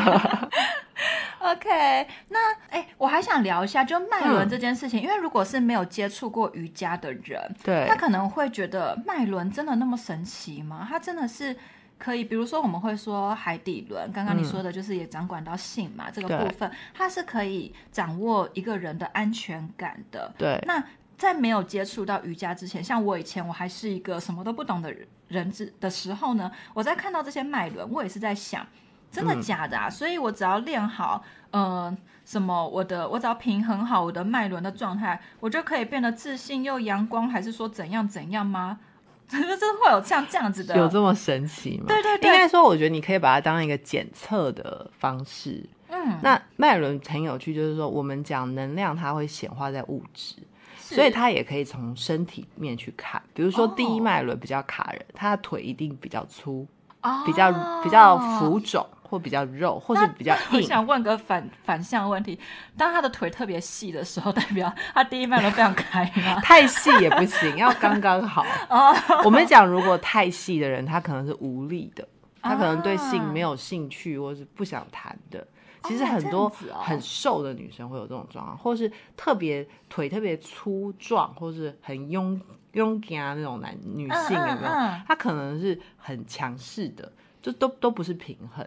A: OK，那哎，我还想聊一下，就脉轮
B: 嗯
A: 这件事情，因为如果是没有接触过瑜伽的人，
B: 对
A: 他可能会觉得脉轮真的那么神奇吗？它真的是可以，比如说我们会说海底轮，刚刚你
B: 嗯
A: 说的就是也掌管到性嘛、这个
B: 对
A: 部分，它是可以掌握一个人的安全感的。
B: 对
A: 那在没有接触到瑜伽之前，像我以前我还是一个什么都不懂的人人之的时候呢，我在看到这些脉轮，我也是在想，真的
B: 嗯
A: 假的啊？所以我只要练好，呃，什么我的，我只要平衡好我的脉轮的状态，我就可以变得自信又阳光，还是说怎样怎样吗？ 就是会有像这样子的，
B: 有这么神奇吗？
A: 对对对
B: 应该说，我觉得你可以把它当一个检测的方式。
A: 嗯，
B: 那脉轮很有趣，就是说我们讲能量，它会显化在物质，
A: 是
B: 所以它也可以从身体面去看。比如说
A: 哦
B: 第一脉轮比较卡人，他的腿一定比较粗，
A: 哦
B: 比较比较浮肿，或比较肉，或是比较
A: 我
B: 硬。
A: 想问个反反向问题：当他的腿特别细的时候，代表他第一脉轮非常开吗？
B: 太细也不行，要刚刚好。
A: 哦，
B: 我们讲，如果太细的人，他可能是无 力的，他可能对性没有兴趣，或是不想谈的。其实很多
A: 这样子哦
B: 很瘦的女生会有这种状况，或是特别腿特别粗壮，或是很臃臃干那种男女性，有没有
A: 嗯嗯嗯？
B: 她可能是很强势的，就都都不是平衡。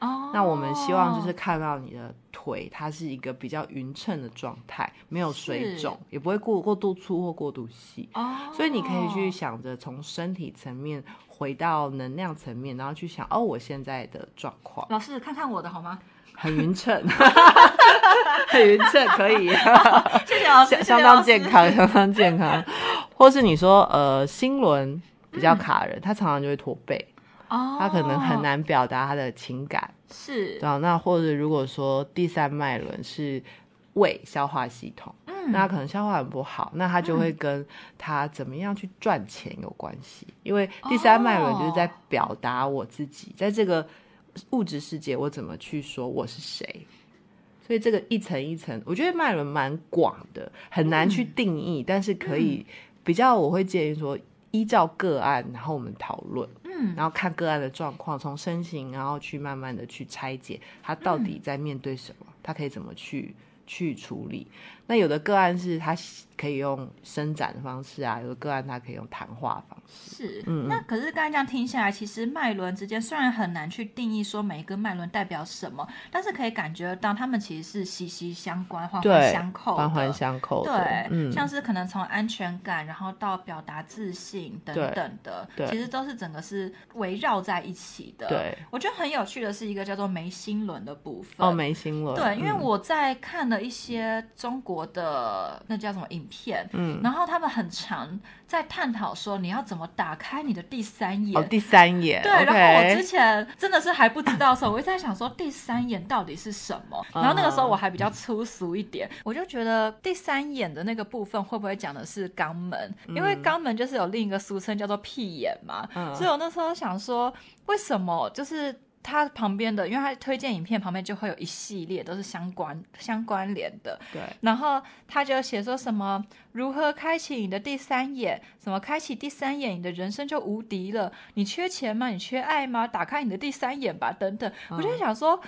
A: 哦
B: 那我们希望就是看到你的腿，它是一个比较匀称的状态，没有水
A: 是
B: 肿，也不会过过度粗或过度细。
A: 哦，
B: 所以你可以去想着从身体层面回到能量层面，然后去想哦，我现在的状况
A: 老师看看我的好 吗？
B: 很匀称， 很匀称，可以，
A: 谢谢老师，
B: 相
A: 谢谢
B: 相
A: 老
B: 当
A: 师
B: 健。康，相当健康。或是你说呃，心轮比较卡人，他常常就会驼背，
A: 哦，
B: 他可能很难表达他的情感。
A: 是
B: 对啊，那或者如果说第三脉轮是胃消化系统，
A: 嗯
B: 那可能消化很不好，那它就会跟他怎么样去赚钱有关系，因为第三脉轮就是在
A: 哦
B: 表达我自己，在这个物质世界我怎么去说我是谁。所以这个一层一层，我觉得脉轮蛮广的，很难
A: 嗯
B: 去定义，但是可以比较，我会建议说依照个案，然后我们讨论。
A: 嗯
B: 然后看个案的状况，从身形，然后去慢慢的去拆解他
A: 嗯
B: 到底在面对什么，他可以怎么去去处理。那有的个案是他可以用伸展的方式啊，有的个案他可以用谈话方式。
A: 是。
B: 嗯嗯
A: 那可是刚才这样听下来，其实脉轮之间虽然很难去定义说每一个脉轮代表什么，但是可以感觉到它们其实是息息相关、环环
B: 对
A: 相扣、
B: 环环。相扣的，
A: 对，
B: 嗯，
A: 像是可能从安全感，然后到表达自信等
B: 对
A: 等的，
B: 对
A: 其实都是整个是围绕在一起的。，
B: 对
A: 我觉得很有趣的是一个叫做眉心轮的部分。
B: 哦，眉心轮，
A: 呃对，因为
B: 嗯
A: 我在看了一些中国的那叫什么影片，
B: 嗯
A: 然后他们很常在探讨说你要怎么打开你的第三眼。
B: 哦第三眼，
A: 对
B: o
A: 然后我
B: k
A: 之前真的是还不知道的时候，我一直在想说第三眼到底是什么。
B: 嗯
A: 然后那个时候我还比较粗俗一点，我就觉得第三眼的那个部分会不会讲的是肛门？因为肛门就是有另一个俗称叫做屁眼嘛，
B: 嗯
A: 所以我那时候想说，为什么就是它旁边的，因为它推荐影片旁边就会有一系列都是相关相关联的，
B: 对，
A: 然后他就写说什么如何开启你的第三眼，什么开启第三眼，你的人生就无敌了。你缺钱吗？你缺爱吗？打开你的第三眼吧，等等。我就在想说，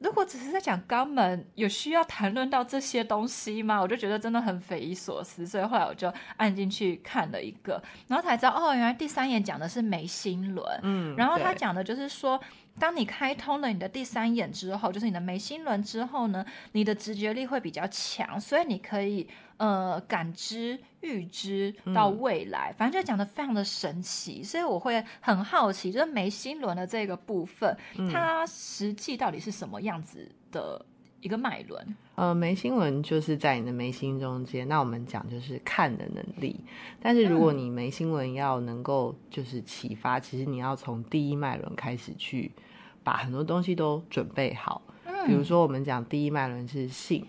A: 如果只是在讲肛门，有需要谈论到这些东西吗？我就觉得真的很匪夷所思，所以后来我就按进去看了一个，然后才知道哦，原来第三眼讲的是眉心轮，
B: 嗯，
A: 然后
B: 对
A: 他讲的就是说，当你开通了你的第三眼之后，就是你的眉心轮之后呢，你的直觉力会比较强，所以你可以呃感知、预知
B: 嗯
A: 到未来，反正就讲的非常的神奇，所以我会很好奇，就是眉心轮的这个部分，
B: 嗯
A: 它实际到底是什么样子的一个脉轮？
B: 呃，眉心轮就是在你的眉心中间。那我们讲就是看的能力，但是如果
A: 嗯
B: 你眉心轮要能够就是启发，其实你要从第一脉轮开始去把很多东西都准备好。比如说我们讲第一脉轮是性，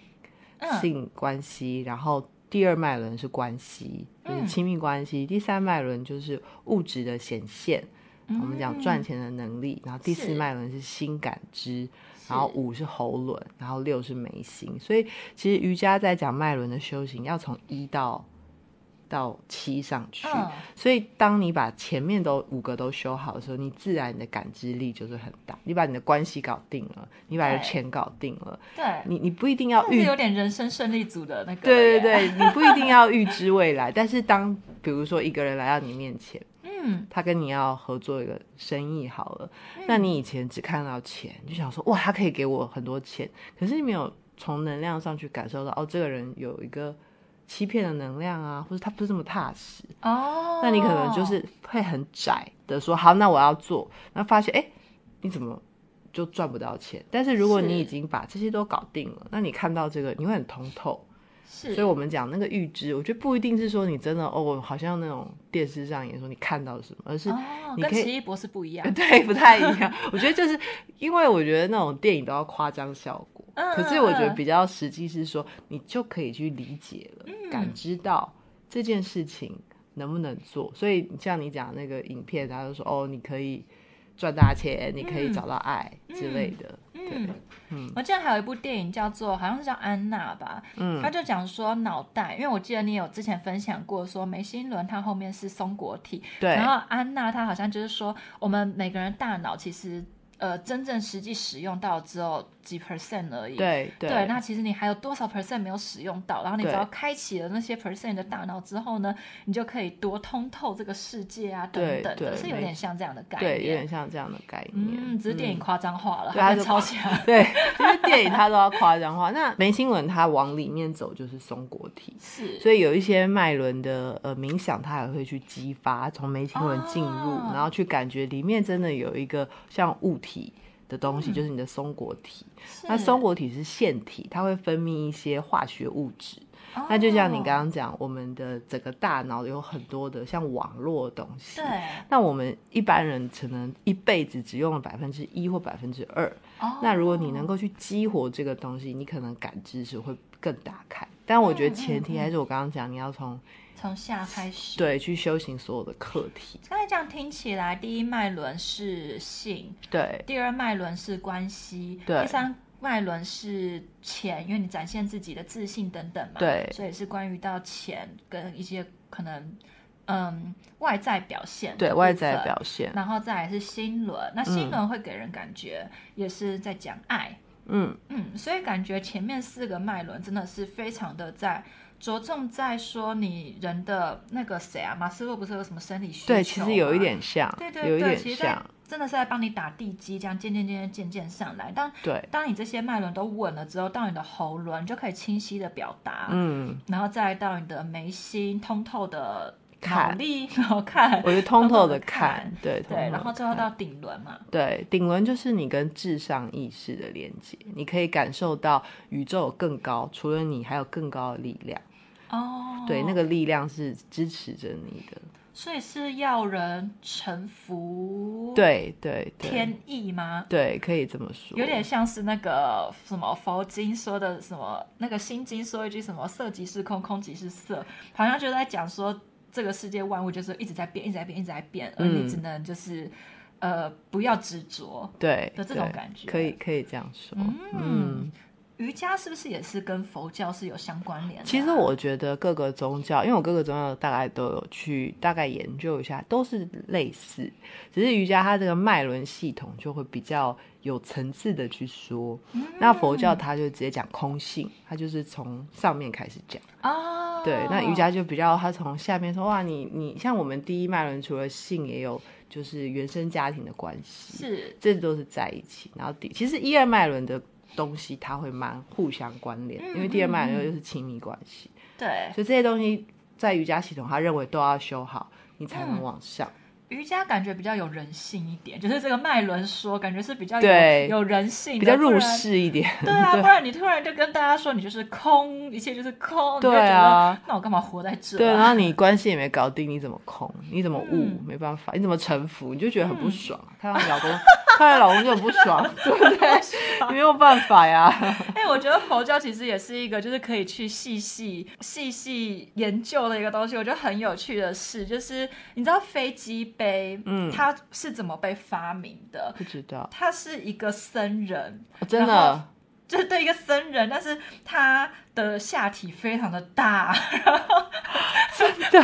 A: 嗯
B: 性关系，然后第二脉轮是关系，
A: 嗯
B: 就是亲密关系，第三脉轮就是物质的显现。我们讲赚钱的能力，然后第
A: 嗯
B: 四
A: 是
B: 脉轮是心感知，然后五是喉轮，然后六是眉心。所以其实瑜伽在讲脉轮的修行，要从一到到七上去。
A: 嗯
B: 所以当你把前面都五个都修好的时候，你自然你的感知力就是很大。你把你的关系搞定了，你把你的
A: 对
B: 钱搞定了，
A: 对，
B: 你你不一定要
A: 这
B: 预
A: 是有点人生胜利组的那个，
B: 对对，对，你不一定要预知未来，但是当比如说一个人来到你面前，
A: 嗯，
B: 他跟你要合作一个生意好了，那你以前只看到钱，你就想说哇，他可以给我很多钱，可是你没有从能量上去感受到哦，这个人有一个欺骗的能量啊，或者他不是这么踏实，
A: 哦，
B: 那你可能就是会很窄的说好，那我要做，那发现哎，诶你怎么？就赚不到钱，但是如果
A: 是
B: 你已经把这些都搞定了，那你看到这个，你会很通透，
A: 是，
B: 所以我们讲那个预知，我觉得不一定是说你真的哦，我好像那种电视上演说你看到什么，而是、
A: 哦，
B: 你
A: 跟
B: 可以，
A: 奇异博士不一样
B: 呃对不太一 样。我觉得就是因为我觉得那种电影都要夸张效果，
A: 嗯
B: 可是我觉得
A: 嗯
B: 比较实际是说你就可以去理解了，
A: 嗯
B: 感知到这件事情能不能做。所以像你讲那个影片，他就说哦，你可以赚大钱，你可以找到爱、之类的。对
A: 嗯，我记得还有一部电影叫做，好像是叫《安娜》吧，嗯，他就讲说脑袋，因为我记得你有之前分享过说眉心轮它后面是松果体，
B: 对
A: 然后安娜她好像就是说我们每个人大脑其实呃真正实际使用到只有几 percent 而已，
B: 对对
A: 对，那其实你还有多少 percent 没有使用到？然后你只
B: 对
A: 要开启了那些 percent 的大脑之后呢，你就可以多通透这个世界啊，等
B: 对
A: 等的，
B: 对
A: 是有
B: 没
A: 点像这样的概
B: 对，
A: 念。
B: 有点像这样的概念。
A: 嗯，只是电影夸张化了，
B: 对
A: 还
B: 它
A: 被
B: 就
A: 抄起来。
B: 对，因为电影它都要夸张化。那眉心轮它往里面走就是松果体，
A: 是，
B: 所以有一些脉轮的呃冥想，它还会去激发从眉心轮进入，
A: 哦
B: 然后去感觉里面真的有一个像物体。的东西就是你的松果体，
A: 是
B: 那松果体是腺体，它会分泌一些化学物质。
A: 哦
B: 那就像你刚刚讲，我们的整个大脑有很多的像网络的东西，
A: 对，
B: 那我们一般人可能一辈子只用了百分之一或百分之二，
A: 哦
B: 那如果你能够去激活这个东西，你可能感知是会更打开。但我觉得前
A: 嗯
B: 提还是我刚刚讲，你要从
A: 从下开始。
B: 对去修行所有的课题。
A: 刚才这样听起来，第一脉轮是性，
B: 对
A: 第二脉轮是关系，
B: 对
A: 第三脉轮是钱，因为你展现自己的自信等等嘛，
B: 对
A: 所以是关于到钱跟一些可能嗯外在表现，
B: 对，外在表。嗯现，
A: 然后再来是心轮，那心轮会给人感觉也是在讲爱，
B: 嗯，
A: 嗯，所以感觉前面四个脉轮真的是非常的在着重在说你人的那个谁啊，马斯洛不是有什么生理需求？
B: 对，其实有一，点像，
A: 对对对，
B: 有一点
A: 其实在
B: 像，
A: 真的是在帮你打地基，这样渐渐渐渐渐渐上来。当
B: 对，
A: 当你这些脉轮都稳了之后，到你的喉轮你就可以清晰的表达，
B: 嗯，
A: 然后再到你的眉心通透的
B: 看
A: 脑力，然后看，
B: 我觉得通透
A: 地
B: 的看，对，通透
A: 对，
B: 地
A: 然后最后
B: 看
A: 到顶轮嘛，
B: 对，顶轮就是你跟至上意识的连接，你可以感受到宇宙有更高，除了你还有更高的力量，
A: 哦，
B: 对，那个力量是支持着你的，
A: 所以是要人臣服，。
B: 对对对，
A: 天意吗？
B: 对，可以这么说，
A: 有点像是那个什么佛经说的什么，那个心经说一句什么“色即是空，空即是色”，好像就在讲说这个世界万物就是一直在变，一直在变，一直在变，而
B: 嗯
A: 你只能就是呃不要执着
B: 对
A: 的这种
B: 对
A: 感觉
B: 可以可以这样说。
A: 嗯，瑜伽是不是也是跟佛教是有相关联的啊？
B: 其实我觉得各个宗教，因为我各个宗教大概都有去大概研究一下，都是类似，只是瑜伽它这个脉轮系统就会比较有层次的去说。
A: 嗯
B: 那佛教它就直接讲空性，它就是从上面开始讲。
A: 啊，
B: 对，那瑜伽就比较，它从下面说哇，你你像我们第一脉轮除了性，也有就是原生家庭的关系，
A: 是
B: 这都是在一起。然后第其实一二脉轮的东西，它会蛮互相关联，因为第二脉轮又是亲密关系。
A: 对
B: 所以这些东西在瑜伽系统，他认为都要修好，你才能往上。
A: 瑜伽感觉比较有人性一点，就是这个脉轮说感觉是比较有
B: 对
A: 有人性的，
B: 比较入
A: 不然
B: 世一 点，
A: 对啊，不然你突然就跟大家说你就是空，一切就是空，
B: 对啊
A: 你就觉得那我干嘛活在这、啊？
B: 对，然后你关系也没搞定，你怎么空？你怎么悟？没办法，你怎么臣服？你就觉得很不爽。啊看到你老公， 看到老公就很不爽，对不对？没有办法呀。
A: 哎、我觉得佛教其实也是一个，就是可以去细细细细研究的一个东西。我觉得很有趣的是，就是你知道飞机杯，嗯，它是怎么被发明的？
B: 不知道，
A: 他是一个僧人，
B: 真
A: 然后
B: 的
A: 就是对一个僧人，但是他的下体非常的大，
B: 对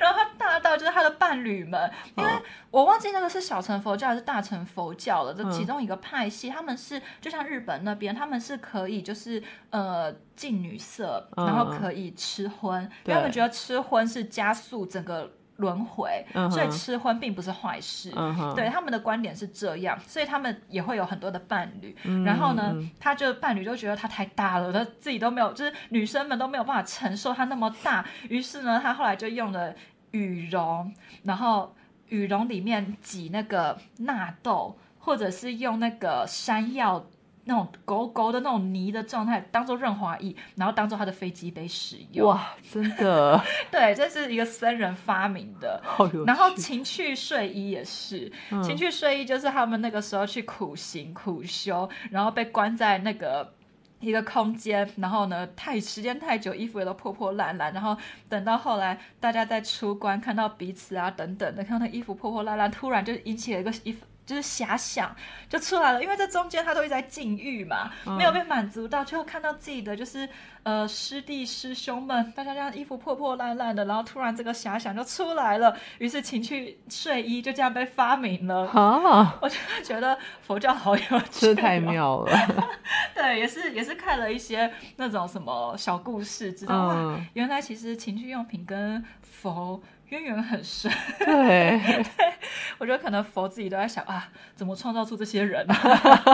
A: 然后他大到就是他的伴侣们，因为
B: 嗯
A: 我忘记那个是小乘佛教还是大乘佛教了，这其中一个派系，他们是就像日本那边，他们是可以就是呃进女色，
B: 嗯
A: 然后可以吃荤，因
B: 对
A: 为他们觉得吃荤是加速整个轮回，
B: 嗯哼
A: 所以吃荤并不是坏事。
B: 嗯哼，
A: 对他们的观点是这样，所以他们也会有很多的伴侣。
B: 嗯
A: 然后呢，他就伴侣就觉得他太大了，他自己都没有，就是女生们都没有办法承受他那么大。于是呢，他后来就用了羽绒，然后羽绒里面挤那个纳豆，或者是用那个山药。那种狗狗的那种泥的状态，当做润滑液，然后当做他的飞机杯使用。
B: 哇，真的
A: 对，这是一个僧人发明的。
B: 好有趣。嗯
A: 然后情趣睡衣也是，情趣睡衣就是他们那个时候去苦行苦修，然后被关在那个。一个空间，然后呢，太时间太久，衣服也都破破烂烂。然后等到后来，大家在出关看到彼此啊，等等的，看到那衣服破破烂烂，突然就引起了一个一就是遐想，就出来了。因为这中间他都一直在禁欲嘛，没有被满足到，最后看到自己的就是呃师弟师兄们，大家这样衣服破破烂烂的，然后突然这个遐想就出来了，于是情趣睡衣就这样被发明 了。
B: 啊，
A: 我就觉得佛教好有趣、啊
B: 这太！妙了。
A: 对，也是也是看了一些那种什么小故事，知道、
B: 嗯
A: 哇，原来其实情趣用品跟佛渊源很深。
B: 对，
A: 我觉得可能佛自己都在想啊，怎么创造出这些人啊？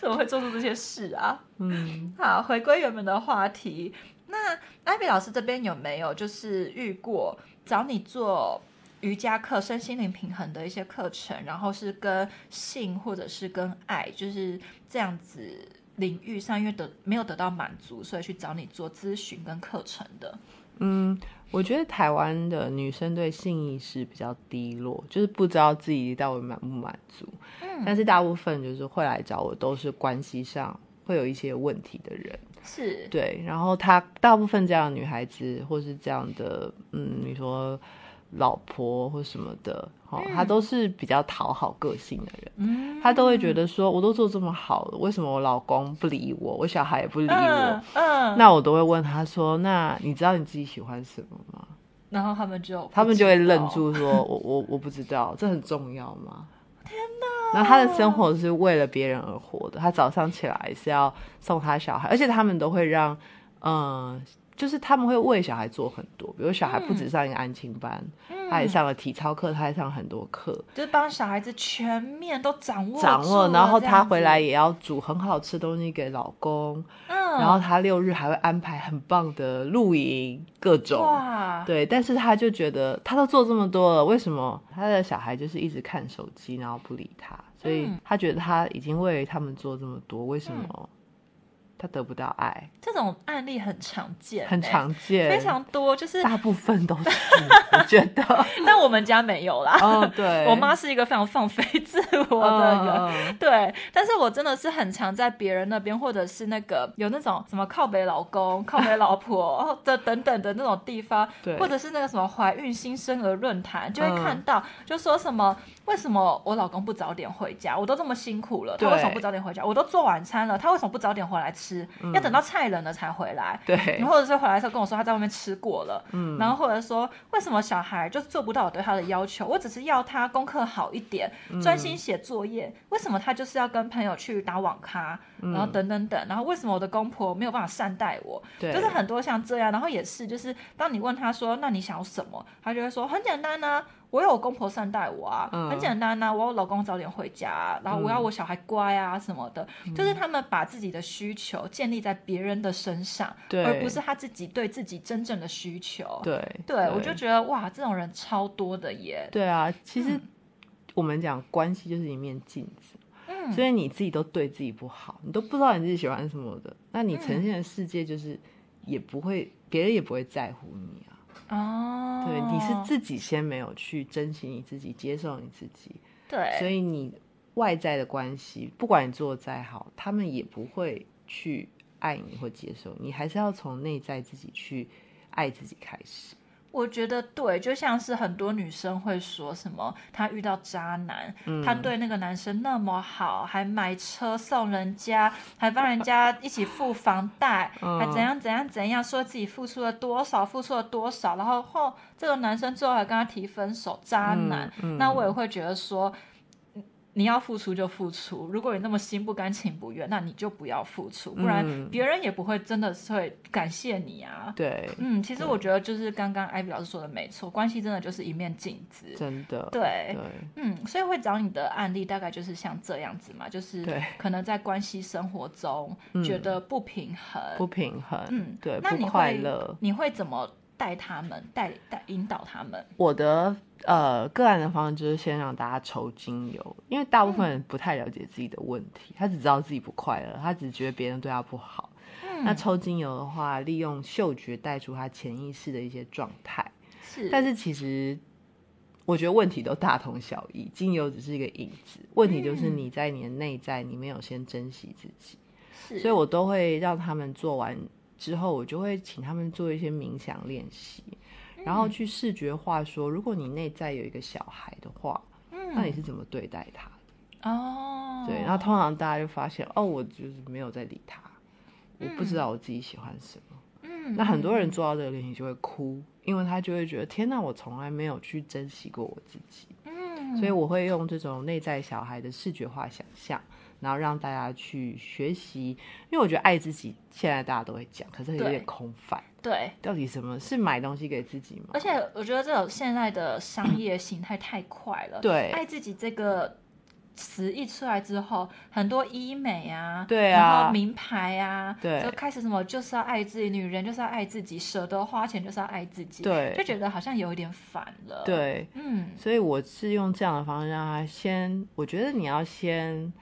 A: 怎么会做出这些事啊？
B: 嗯，
A: 好，回归原本的话题，那艾比老师这边有没有就是遇过找你做瑜伽课、身心灵平衡的一些课程，然后是跟性或者是跟爱，就是这样子领域上因为得没有得到满足，所以去找你做咨询跟课程的？
B: 嗯，我觉得台湾的女生对性意识比较低落，就是不知道自己到底满不满足。
A: 嗯
B: 但是大部分就是会来找我，都是关系上会有一些问题的人。
A: 是，
B: 对，然后她大部分这样的女孩子，或是这样的，嗯，你说老婆或什么的，哦，她都是比较讨好个性的人。
A: 嗯
B: 她都会觉得说，我都做这么好了，为什么我老公不理我，我小孩也不理我？
A: 嗯嗯，
B: 那我都会问她说，那你知道你自己喜欢什么吗？
A: 然后他们就
B: 他们就会
A: 不知道
B: 愣，住说，我我我不知道，这很重要吗？天哪！然后他的生活是为了别人而活的，他早上起来是要送他小孩，而且他们都会让，嗯、就是他们会为小孩做很多，比如小孩不
A: 嗯
B: 止上一个安亲班，他也上了体操课，他还上很多课，
A: 就是帮小孩子全面都掌握
B: 掌
A: 住
B: 握，
A: 了
B: 然后
A: 这
B: 他
A: 样
B: 回
A: 子
B: 来，也要煮很好吃的东西给老公，
A: 嗯，
B: 然后他六日还会安排很棒的露营，各种
A: 哇，
B: 对，但是他就觉得他都做这么多了，为什么他的小孩就是一直看手机，然后不理他？所以
A: 嗯
B: 他觉得他已经为他们做这么多，为什么他得不到爱，
A: 这种案例很常见、欸
B: 很常见，
A: 非常多，就是
B: 大部分 都是，我觉得。
A: 但我们家没有啦。
B: 哦， 对，
A: 我妈是一个非常放飞自我的人，
B: 嗯
A: 对。但是我真的是很常在别人那边，或者是那个有那种什么靠北老公、靠北老 婆的等等的那种地方，
B: 对
A: 或者是那个什么怀孕新生儿论坛，就
B: 嗯
A: 会看到，就说什么为什么我老公不早点回家？我都这么辛苦了，他
B: 对
A: 为什么不早点回家？我都做晚餐了，他为什么不早点回来吃？要
B: 嗯
A: 等到菜冷了才回来。
B: 对，
A: 或者是回来的时候跟我说他在外面吃过了，
B: 嗯
A: 然后或者说为什么小孩就是做不到我对他的要求，我只是要他功课好一点，专心写作业，为什么他就是要跟朋友去打网咖，然后等等等，然后为什么我的公婆没有办法善待我，
B: 对
A: 就是很多像这样，然后也是就是当你问他说那你想要什么，他就会说很简单啊。我有公婆善待我啊，
B: 嗯
A: 很简单呐、我要老公早点回家啊、然后我要我小孩乖啊什么的，
B: 嗯
A: 就是他们把自己的需求建立在别人的身上，
B: 对
A: 而不是他自己对自己真正的需求。
B: 对，
A: 对，我就觉得哇，这种人超多的耶。
B: 对啊。其实我们讲关系就是一面镜子，
A: 嗯，
B: 所以你自己都对自己不好，你都不知道你自己喜欢什么的，那你
A: 嗯
B: 呈现的世界就是也不会，别人也不会在乎你啊。
A: 哦，
B: 对，你是自己先没有去珍惜你自己，接受你自己，
A: 对，
B: 所以你外在的关系，不管你做的再好，他们也不会去爱你或接受你，还是要从内在自己去爱自己开始。
A: 我觉得对，就像是很多女生会说什么，她遇到渣男，
B: 嗯
A: 她对那个男生那么好，还买车送人家，还帮人家一起付房贷，
B: 嗯
A: 还怎样怎样怎样，说自己付出了多少，付出了多少，然后后这个男生最后还跟她提分手，渣男。
B: 嗯嗯
A: 那我也会觉得说。你要付出就付出，如果你那么心不甘情不愿，那你就不要付出，不然
B: 嗯
A: 别人也不会真的是会感谢你啊。
B: 对，
A: 嗯，其实我觉得就是刚刚艾比老师说的没错，关系真的就是一面镜子。
B: 真的，
A: 对
B: 对
A: 嗯，所以会找你的案例大概就是像这样子嘛，就是
B: 对嗯
A: 可能在关系生活中觉得不平衡，
B: 不平衡，
A: 嗯，
B: 对，
A: 那
B: 不
A: 你
B: 快
A: 会
B: 乐。
A: 你会怎么带他们，带带引导他们？
B: 我的呃个案的方式就是先让大家抽精油，因为大部分人不太了解自己的问题，他只知道自己不快乐，他只觉得别人对他不好。那抽精油的话，利用嗅觉带出他潜意识的一些状态，
A: 是，
B: 但是其实。我觉得问题都大同小异，精油只是一个引子，问题就是
A: 嗯
B: 你在你的内在，你没有先珍惜自己。
A: 是，
B: 所以我都会让他们做完之后，我就会请他们做一些冥想练习，然
A: 嗯
B: 后去视觉化说，如果你内在有一个小孩的话，那你
A: 嗯，
B: 是怎么对待他的？
A: 哦，
B: 对，然后通常大家就发现，哦，我就是没有在理他，我不
A: 嗯
B: 知道我自己喜欢什么。
A: 嗯，
B: 那很多人
A: 嗯
B: 做到这个练习就会哭，因为他就会觉得，天哪，我从来没有去珍惜过我自己。
A: 嗯，
B: 所以我会用这种内在小孩的视觉化想象，然后让大家去学习，因为我觉得爱自己现在大家都会讲，可是有
A: 对
B: 点空泛。
A: 对。
B: 到底什么是买东西给自己吗
A: 而？且我觉得这种现在的商业形态太快了，
B: 对
A: 爱自己这个词一出来之后，很多医美啊，
B: 对啊
A: 然后名牌啊，
B: 对
A: 就开始什么就是要爱自己，女人就是要爱自己，舍得花钱就是要爱自己，
B: 对
A: 就觉得好像有一点反了，，
B: 对，
A: 嗯，
B: 所以我是用这样的方式让他先，我觉得你要先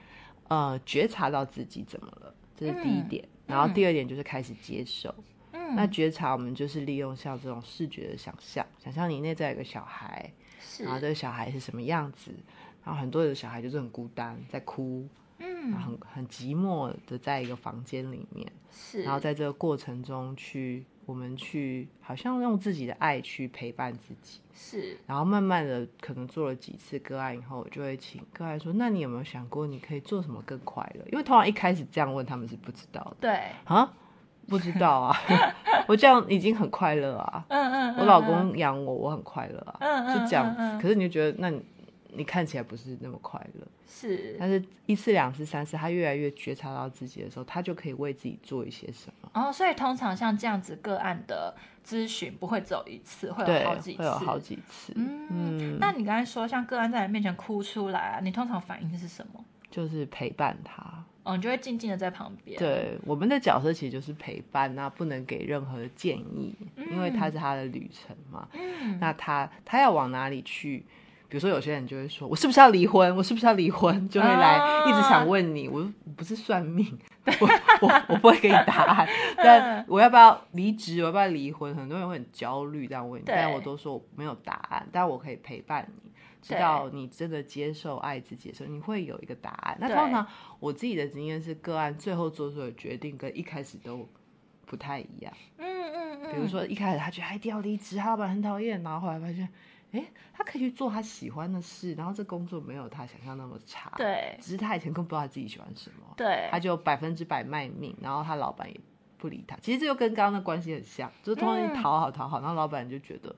B: 呃觉察到自己怎么了，这是第一
A: 嗯
B: 点。然后
A: 嗯
B: 第二点就是开始接受。
A: 嗯
B: 那觉察我们就是利用像这种视觉的想象，想象你内在有个小孩，
A: 是
B: 然，后这个小孩是什么样子，然后很多的小孩就是很孤单，在哭，然后
A: 嗯，
B: 很很寂寞的在一个房间里面，
A: 是，
B: 然后在这个过程中去，我们去好像用自己的爱去陪伴自己，
A: 是，
B: 然后慢慢的可能做了几次个案以后，我就会请个案说，那你有没有想过你可以做什么更快乐？因为通常一开始这样问他们是不知道的
A: 对，
B: 啊，不知道啊， 我这样已经很快乐啊，
A: 嗯嗯，
B: 我
A: 嗯
B: 老，
A: 嗯
B: 公养我，我很快乐啊，
A: 嗯嗯
B: 就这样子。
A: 嗯嗯
B: 可是你就觉得，那你你看起来不是那么快乐。
A: 是，
B: 但是，一次、两次、三次，他越来越觉察到自己的时候，他就可以为自己做一些什么。
A: 然后所以通常像这样子个案的咨询不会只有一次，会
B: 对，
A: 有好几次，
B: 会有好几次，
A: 嗯，那你刚才说像个案在你面前哭出来啊，你通常反应是什么？
B: 就是陪伴他。
A: 哦，你就会静静的在旁边。，
B: 对，我们的角色其实就是陪伴，那不能给任何建议，因为他是他的旅程嘛。
A: 嗯，
B: 那他他要往哪里去？比如说有些人就会说，我是不是要离婚？我是不是要离婚？就会来
A: 啊
B: 一直想问你，我我不是算命，我我我不会给你答 案，但我要不要离职？我要不要离婚？很多人会很焦虑这样问你，
A: 对
B: 但我都说我没有答案，但我可以陪伴你。直
A: 对
B: 到你真的接受爱自己的时候，你会有一个答案。那
A: 对
B: 通常我自己的经验是，个案最后做出的决定跟一开始都不太一样。
A: 嗯嗯嗯，
B: 比如说一开始他觉得他一定要离职，他老板很讨厌，然后后来发现，哎，他可以去做他喜欢的事，然后这工作没有他想象那么差。，
A: 对
B: 只是他以前更不知道他自己喜欢什么，
A: 对
B: 他就百分之百卖命，然后他老板也不理他。其实这就跟刚刚的关系很像，就是通常
A: 嗯
B: 你讨好讨好，然后老板就觉得，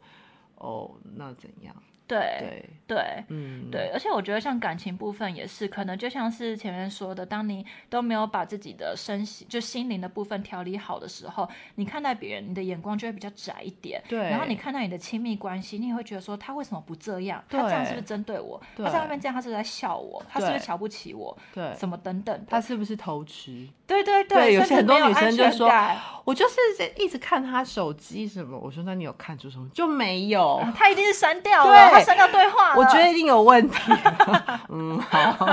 B: 哦，那怎样？
A: 对
B: 对，
A: 对
B: 嗯，
A: 对，而且我觉得像感情部分也是，可能就像是前面说的，当你都没有把自己的身心就心灵的部分调理好的时候，你看待别人，你的眼光就会比较窄一点。
B: 对
A: 然后你看待你的亲密关系，你也会觉得说他为什么不这样？他这样是不是针对我？
B: 对
A: 他在外面这样，他是不是在笑我？他是不是
B: 对
A: 瞧不起我？
B: 对，
A: 什么等等
B: 他
A: 的？
B: 是不是偷吃？
A: 对对
B: 对有
A: 甚
B: 些
A: 至
B: 很多
A: 没有
B: 女生
A: 安
B: 就
A: 全
B: 说
A: 感
B: 我就是一直看他手机什么。我说那你有看出什么？就没有。
A: 啊他一定是删掉了，
B: 对
A: 他删掉对话了。
B: 我觉得一定有问题。嗯，好，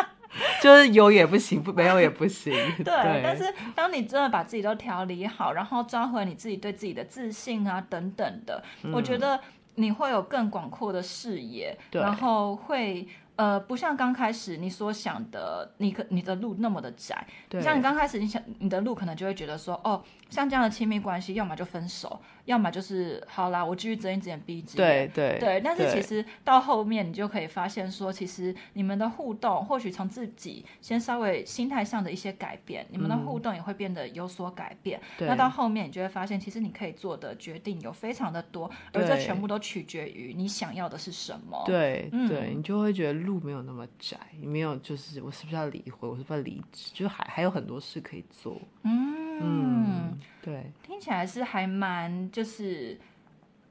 B: 就是有也不行，不没有也不行。对，
A: 对，但是当你真的把自己都调理好，然后抓回你自己对自己的自信啊等等的，
B: 嗯
A: 我觉得你会有更广阔的视野，
B: 对
A: 然后会。呃，不像刚开始你所想的，你可你的路那么的窄。
B: 对
A: 像你刚开始你想你的路可能就会觉得说，哦，像这样的亲密关系，要么就分手，要么就是好啦，我继续睁一只眼闭一只眼。
B: 对对
A: 对，但是其实到后面你就可以发现说，其实你们的互动，或许从自己先稍微心态上的一些改变，你们的互动也会变得有所改变。
B: 对
A: 那到后面你就会发现，其实你可以做的决定有非常的多，而这
B: 对
A: 全部都取决于你想要的是什么。
B: 对
A: 嗯
B: 对，你就会觉得路没有那么窄，你没有就是我是不是要离婚，我是不是要离职，就还还有很多事可以做。
A: 嗯，
B: 嗯，对
A: 听起来是还蛮就是。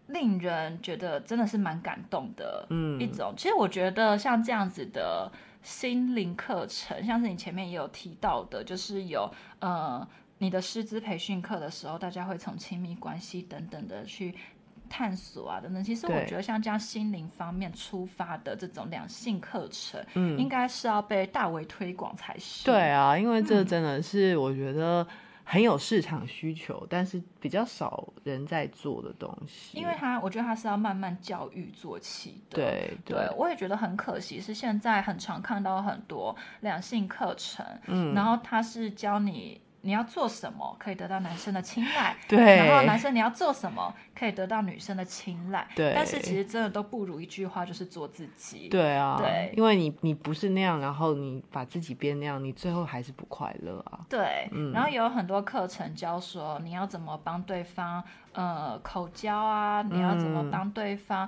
A: 令人觉得真的是蛮感动的，
B: 嗯
A: 一种。其实我觉得像这样子的心灵课程，像是你前面也有提到的，就是有呃你的师资培训课的时候，大家会从亲密关系等等的去探索啊等等。其实我
B: 对
A: 觉得像这样心灵方面出发的这种两性课程，
B: 嗯
A: 应该是要被大为推广才是。
B: 对啊，因为这
A: 嗯
B: 真的是我觉得很有市场需求，但是比较少人在做的东西。
A: 因为他，我觉得他是要慢慢教育做起的。
B: 对
A: 对，我也觉得很可惜，是现在很常看到很多两性课程，嗯，然后他是教你你要做什么可以得到男生的青睐，
B: 对
A: 然后男生你要做什么可以得到女生的青睐，
B: 对
A: 但是其实真的都不如一句话就是做自己，
B: 对啊，
A: 对
B: 因为你你不是那样，然后你把自己变那样，你最后还是不快乐啊。
A: 对，然后也有很多课程教说你要怎么帮对方，呃，口交啊，你要怎么
B: 嗯
A: 帮对方，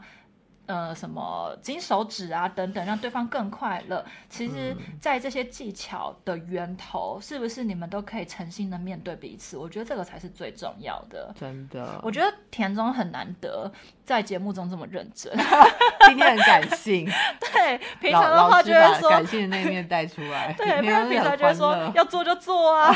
A: 呃，什么金手指啊等等，让对方更快乐。其实，
B: 嗯
A: 在这些技巧的源头，是不是你们都可以诚心的面对彼此？我觉得这个才是最重要的。
B: 真的，
A: 我觉得田中很难得在节目中这么认真，
B: 今天很感性，
A: 对， 平
B: 老
A: 常的话
B: 老
A: 就
B: 师
A: 会
B: 把
A: 说
B: 感，性的那一面带出来。
A: 对，不
B: 没有
A: 然平常就会说要做就做啊，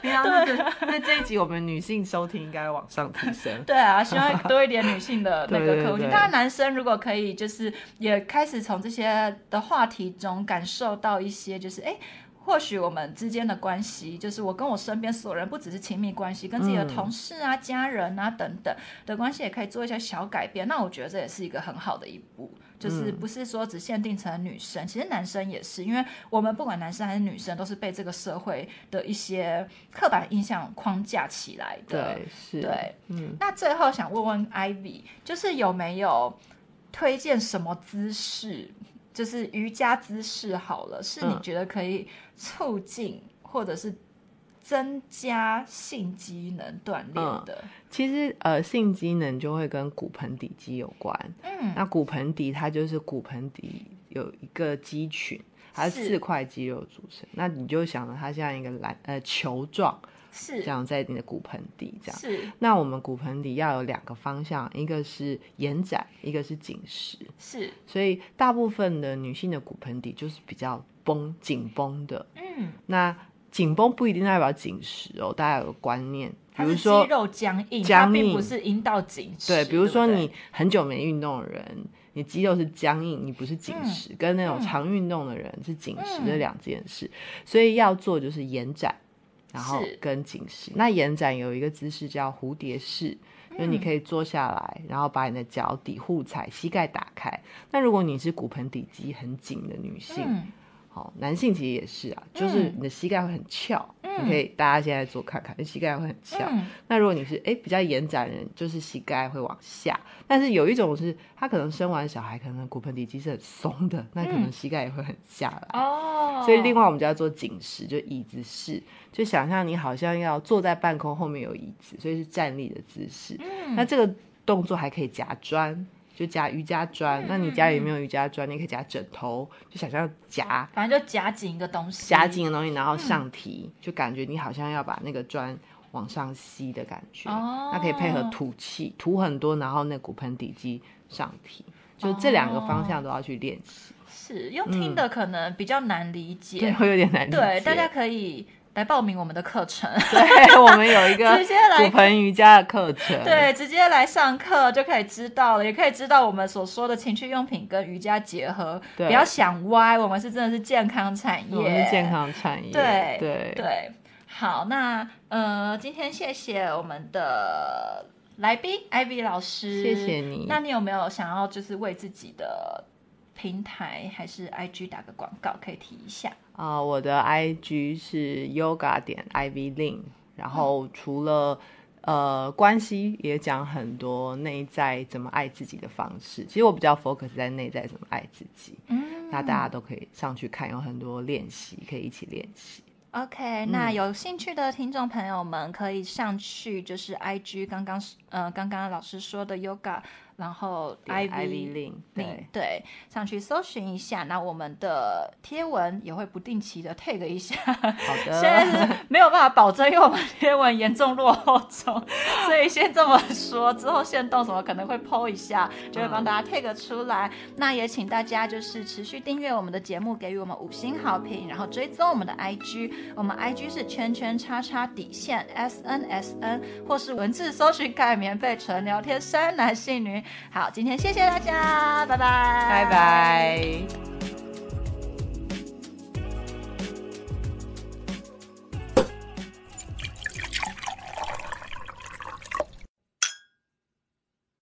B: 平常就是那这一集我们女性收听应该往上提升。
A: 对啊，希望多一点女性的那
B: 对
A: 个
B: 对
A: 客户群。
B: 对
A: 当然，男生如果可以，就是也开始从这些的话题中感受到一些，就是哎。诶或许我们之间的关系，就是我跟我身边所有人，不只是亲密关系，跟自己的
B: 嗯
A: 同事啊、家人啊等等的关系，也可以做一些小改变。那我觉得这也是一个很好的一步，
B: 嗯
A: 就是不是说只限定成女生，其实男生也是，因为我们不管男生还是女生，都是被这个社会的一些刻板印象框架起来的。
B: 对，是，
A: 对，
B: 嗯，
A: 那最后想问问 Ivy，就是有没有推荐什么姿势，就是瑜伽姿势好了，是你
B: 嗯
A: 觉得可以促进或者是增加性机能锻炼的？
B: 其实呃，性机能就会跟骨盆底肌有关。
A: 嗯，
B: 那骨盆底它就是骨盆底有一个肌群，它是
A: 是
B: 四块肌肉组成。那你就想着它像一个篮呃球状，
A: 是
B: 这样在你的骨盆底这样。
A: 是
B: 那我们骨盆底要有两个方向，一个是延展，一个是紧实。
A: 是，
B: 所以大部分的女性的骨盆底就是比较绷紧绷的。
A: 嗯，
B: 那紧绷不一定代表紧实哦，大家有个观念，比
A: 它
B: 如
A: 是肌
B: 说
A: 肉僵硬，它
B: 僵
A: 并不
B: 硬
A: 是阴道紧实。
B: 对，比如说
A: 对不对
B: 你很久没运动的人，你肌肉是僵硬，你不是紧实，跟那种
A: 嗯
B: 常运动的人是紧实
A: 嗯
B: 这两件事，所以要做就是延展，然后
A: 是
B: 跟紧实。那延展有一个姿势叫蝴蝶式。就是
A: 嗯
B: 你可以坐下来，然后把你的脚底互踩，膝盖打开。那如果你是骨盆底肌很紧的女性，
A: 嗯，
B: 好、男性其实也是啊，就是
A: 嗯
B: 你的膝盖会很翘，
A: 嗯
B: 你可以大家现在做看看，就膝盖会很翘。
A: 嗯
B: 那如果你是哎比较延展的人，就是膝盖会往下，但是有一种是他可能生完小孩，可能骨盆底肌是很松的，那可能
A: 嗯
B: 膝盖也会很下来。
A: 哦，
B: 所以，另外我们就要做紧实，就椅子式，就想象你好像要坐在半空，后面有椅子，所以是站立的姿势。
A: 嗯，
B: 那这个动作还可以夹砖，就夹瑜伽砖。那你家
A: 嗯
B: 里没有瑜伽砖，你可以夹枕头，就想象夹
A: 反正就夹紧一个东西，
B: 夹紧的东西，然后上
A: 嗯
B: 提，就感觉你好像要把那个砖往上吸的感觉。
A: 哦
B: 那可以配合吐气，吐很多，然后那骨盆底肌上提，就这两个方向都要去练习。
A: 是用听的可能比较难理
B: 嗯对，
A: 解，
B: 会有点难理解。
A: 哦对，大家可以来报名我们的课程，
B: 对我们有一个
A: 直接来
B: 骨盆瑜伽的课程。。
A: 对，直接来上课就可以知道了，也可以知道我们所说的情趣用品跟瑜伽结合，
B: 对
A: 不要想歪，我们是真的是健康产业，
B: 我们是健康产业，
A: 对
B: 对
A: 对，好，那呃，今天谢谢我们的来宾艾比老师，
B: 谢谢你
A: 那你有没有想要就是为自己的平台还是 IG 打个广告，可以提一下？
B: 啊、我的 IG 是 yoga 点 iv lin，然后除了、呃关系也讲很多内在怎么爱自己的方式，其实我比较 focus 在内在怎么爱自己，
A: 嗯
B: 那大家都可以上去看，有很多练习可以一起练习。
A: OK，那
B: 嗯
A: 有兴趣的听众朋友们可以上去，就是 IG 刚刚呃刚刚老师说的 Yoga，然后
B: 点
A: IV
B: iv lin 对
A: 对。对，上去搜寻一下。那我们的贴文也会不定期的 tag 一下，
B: 好
A: 现在
B: 的，
A: 是没有办法保证，因为我们贴文严重落后中，所以先这么说。之后限动什么可能会 PO 一下，就会帮大家 tag 出来。那也请大家就是持续订阅我们的节目，给予我们五星好评，然后追踪我们的 IG，我们 IG 是圈圈叉叉底线 S N S N，或是文字搜寻盖棉被纯聊天山男性女。好，今天谢谢大家，拜拜，
B: 拜拜。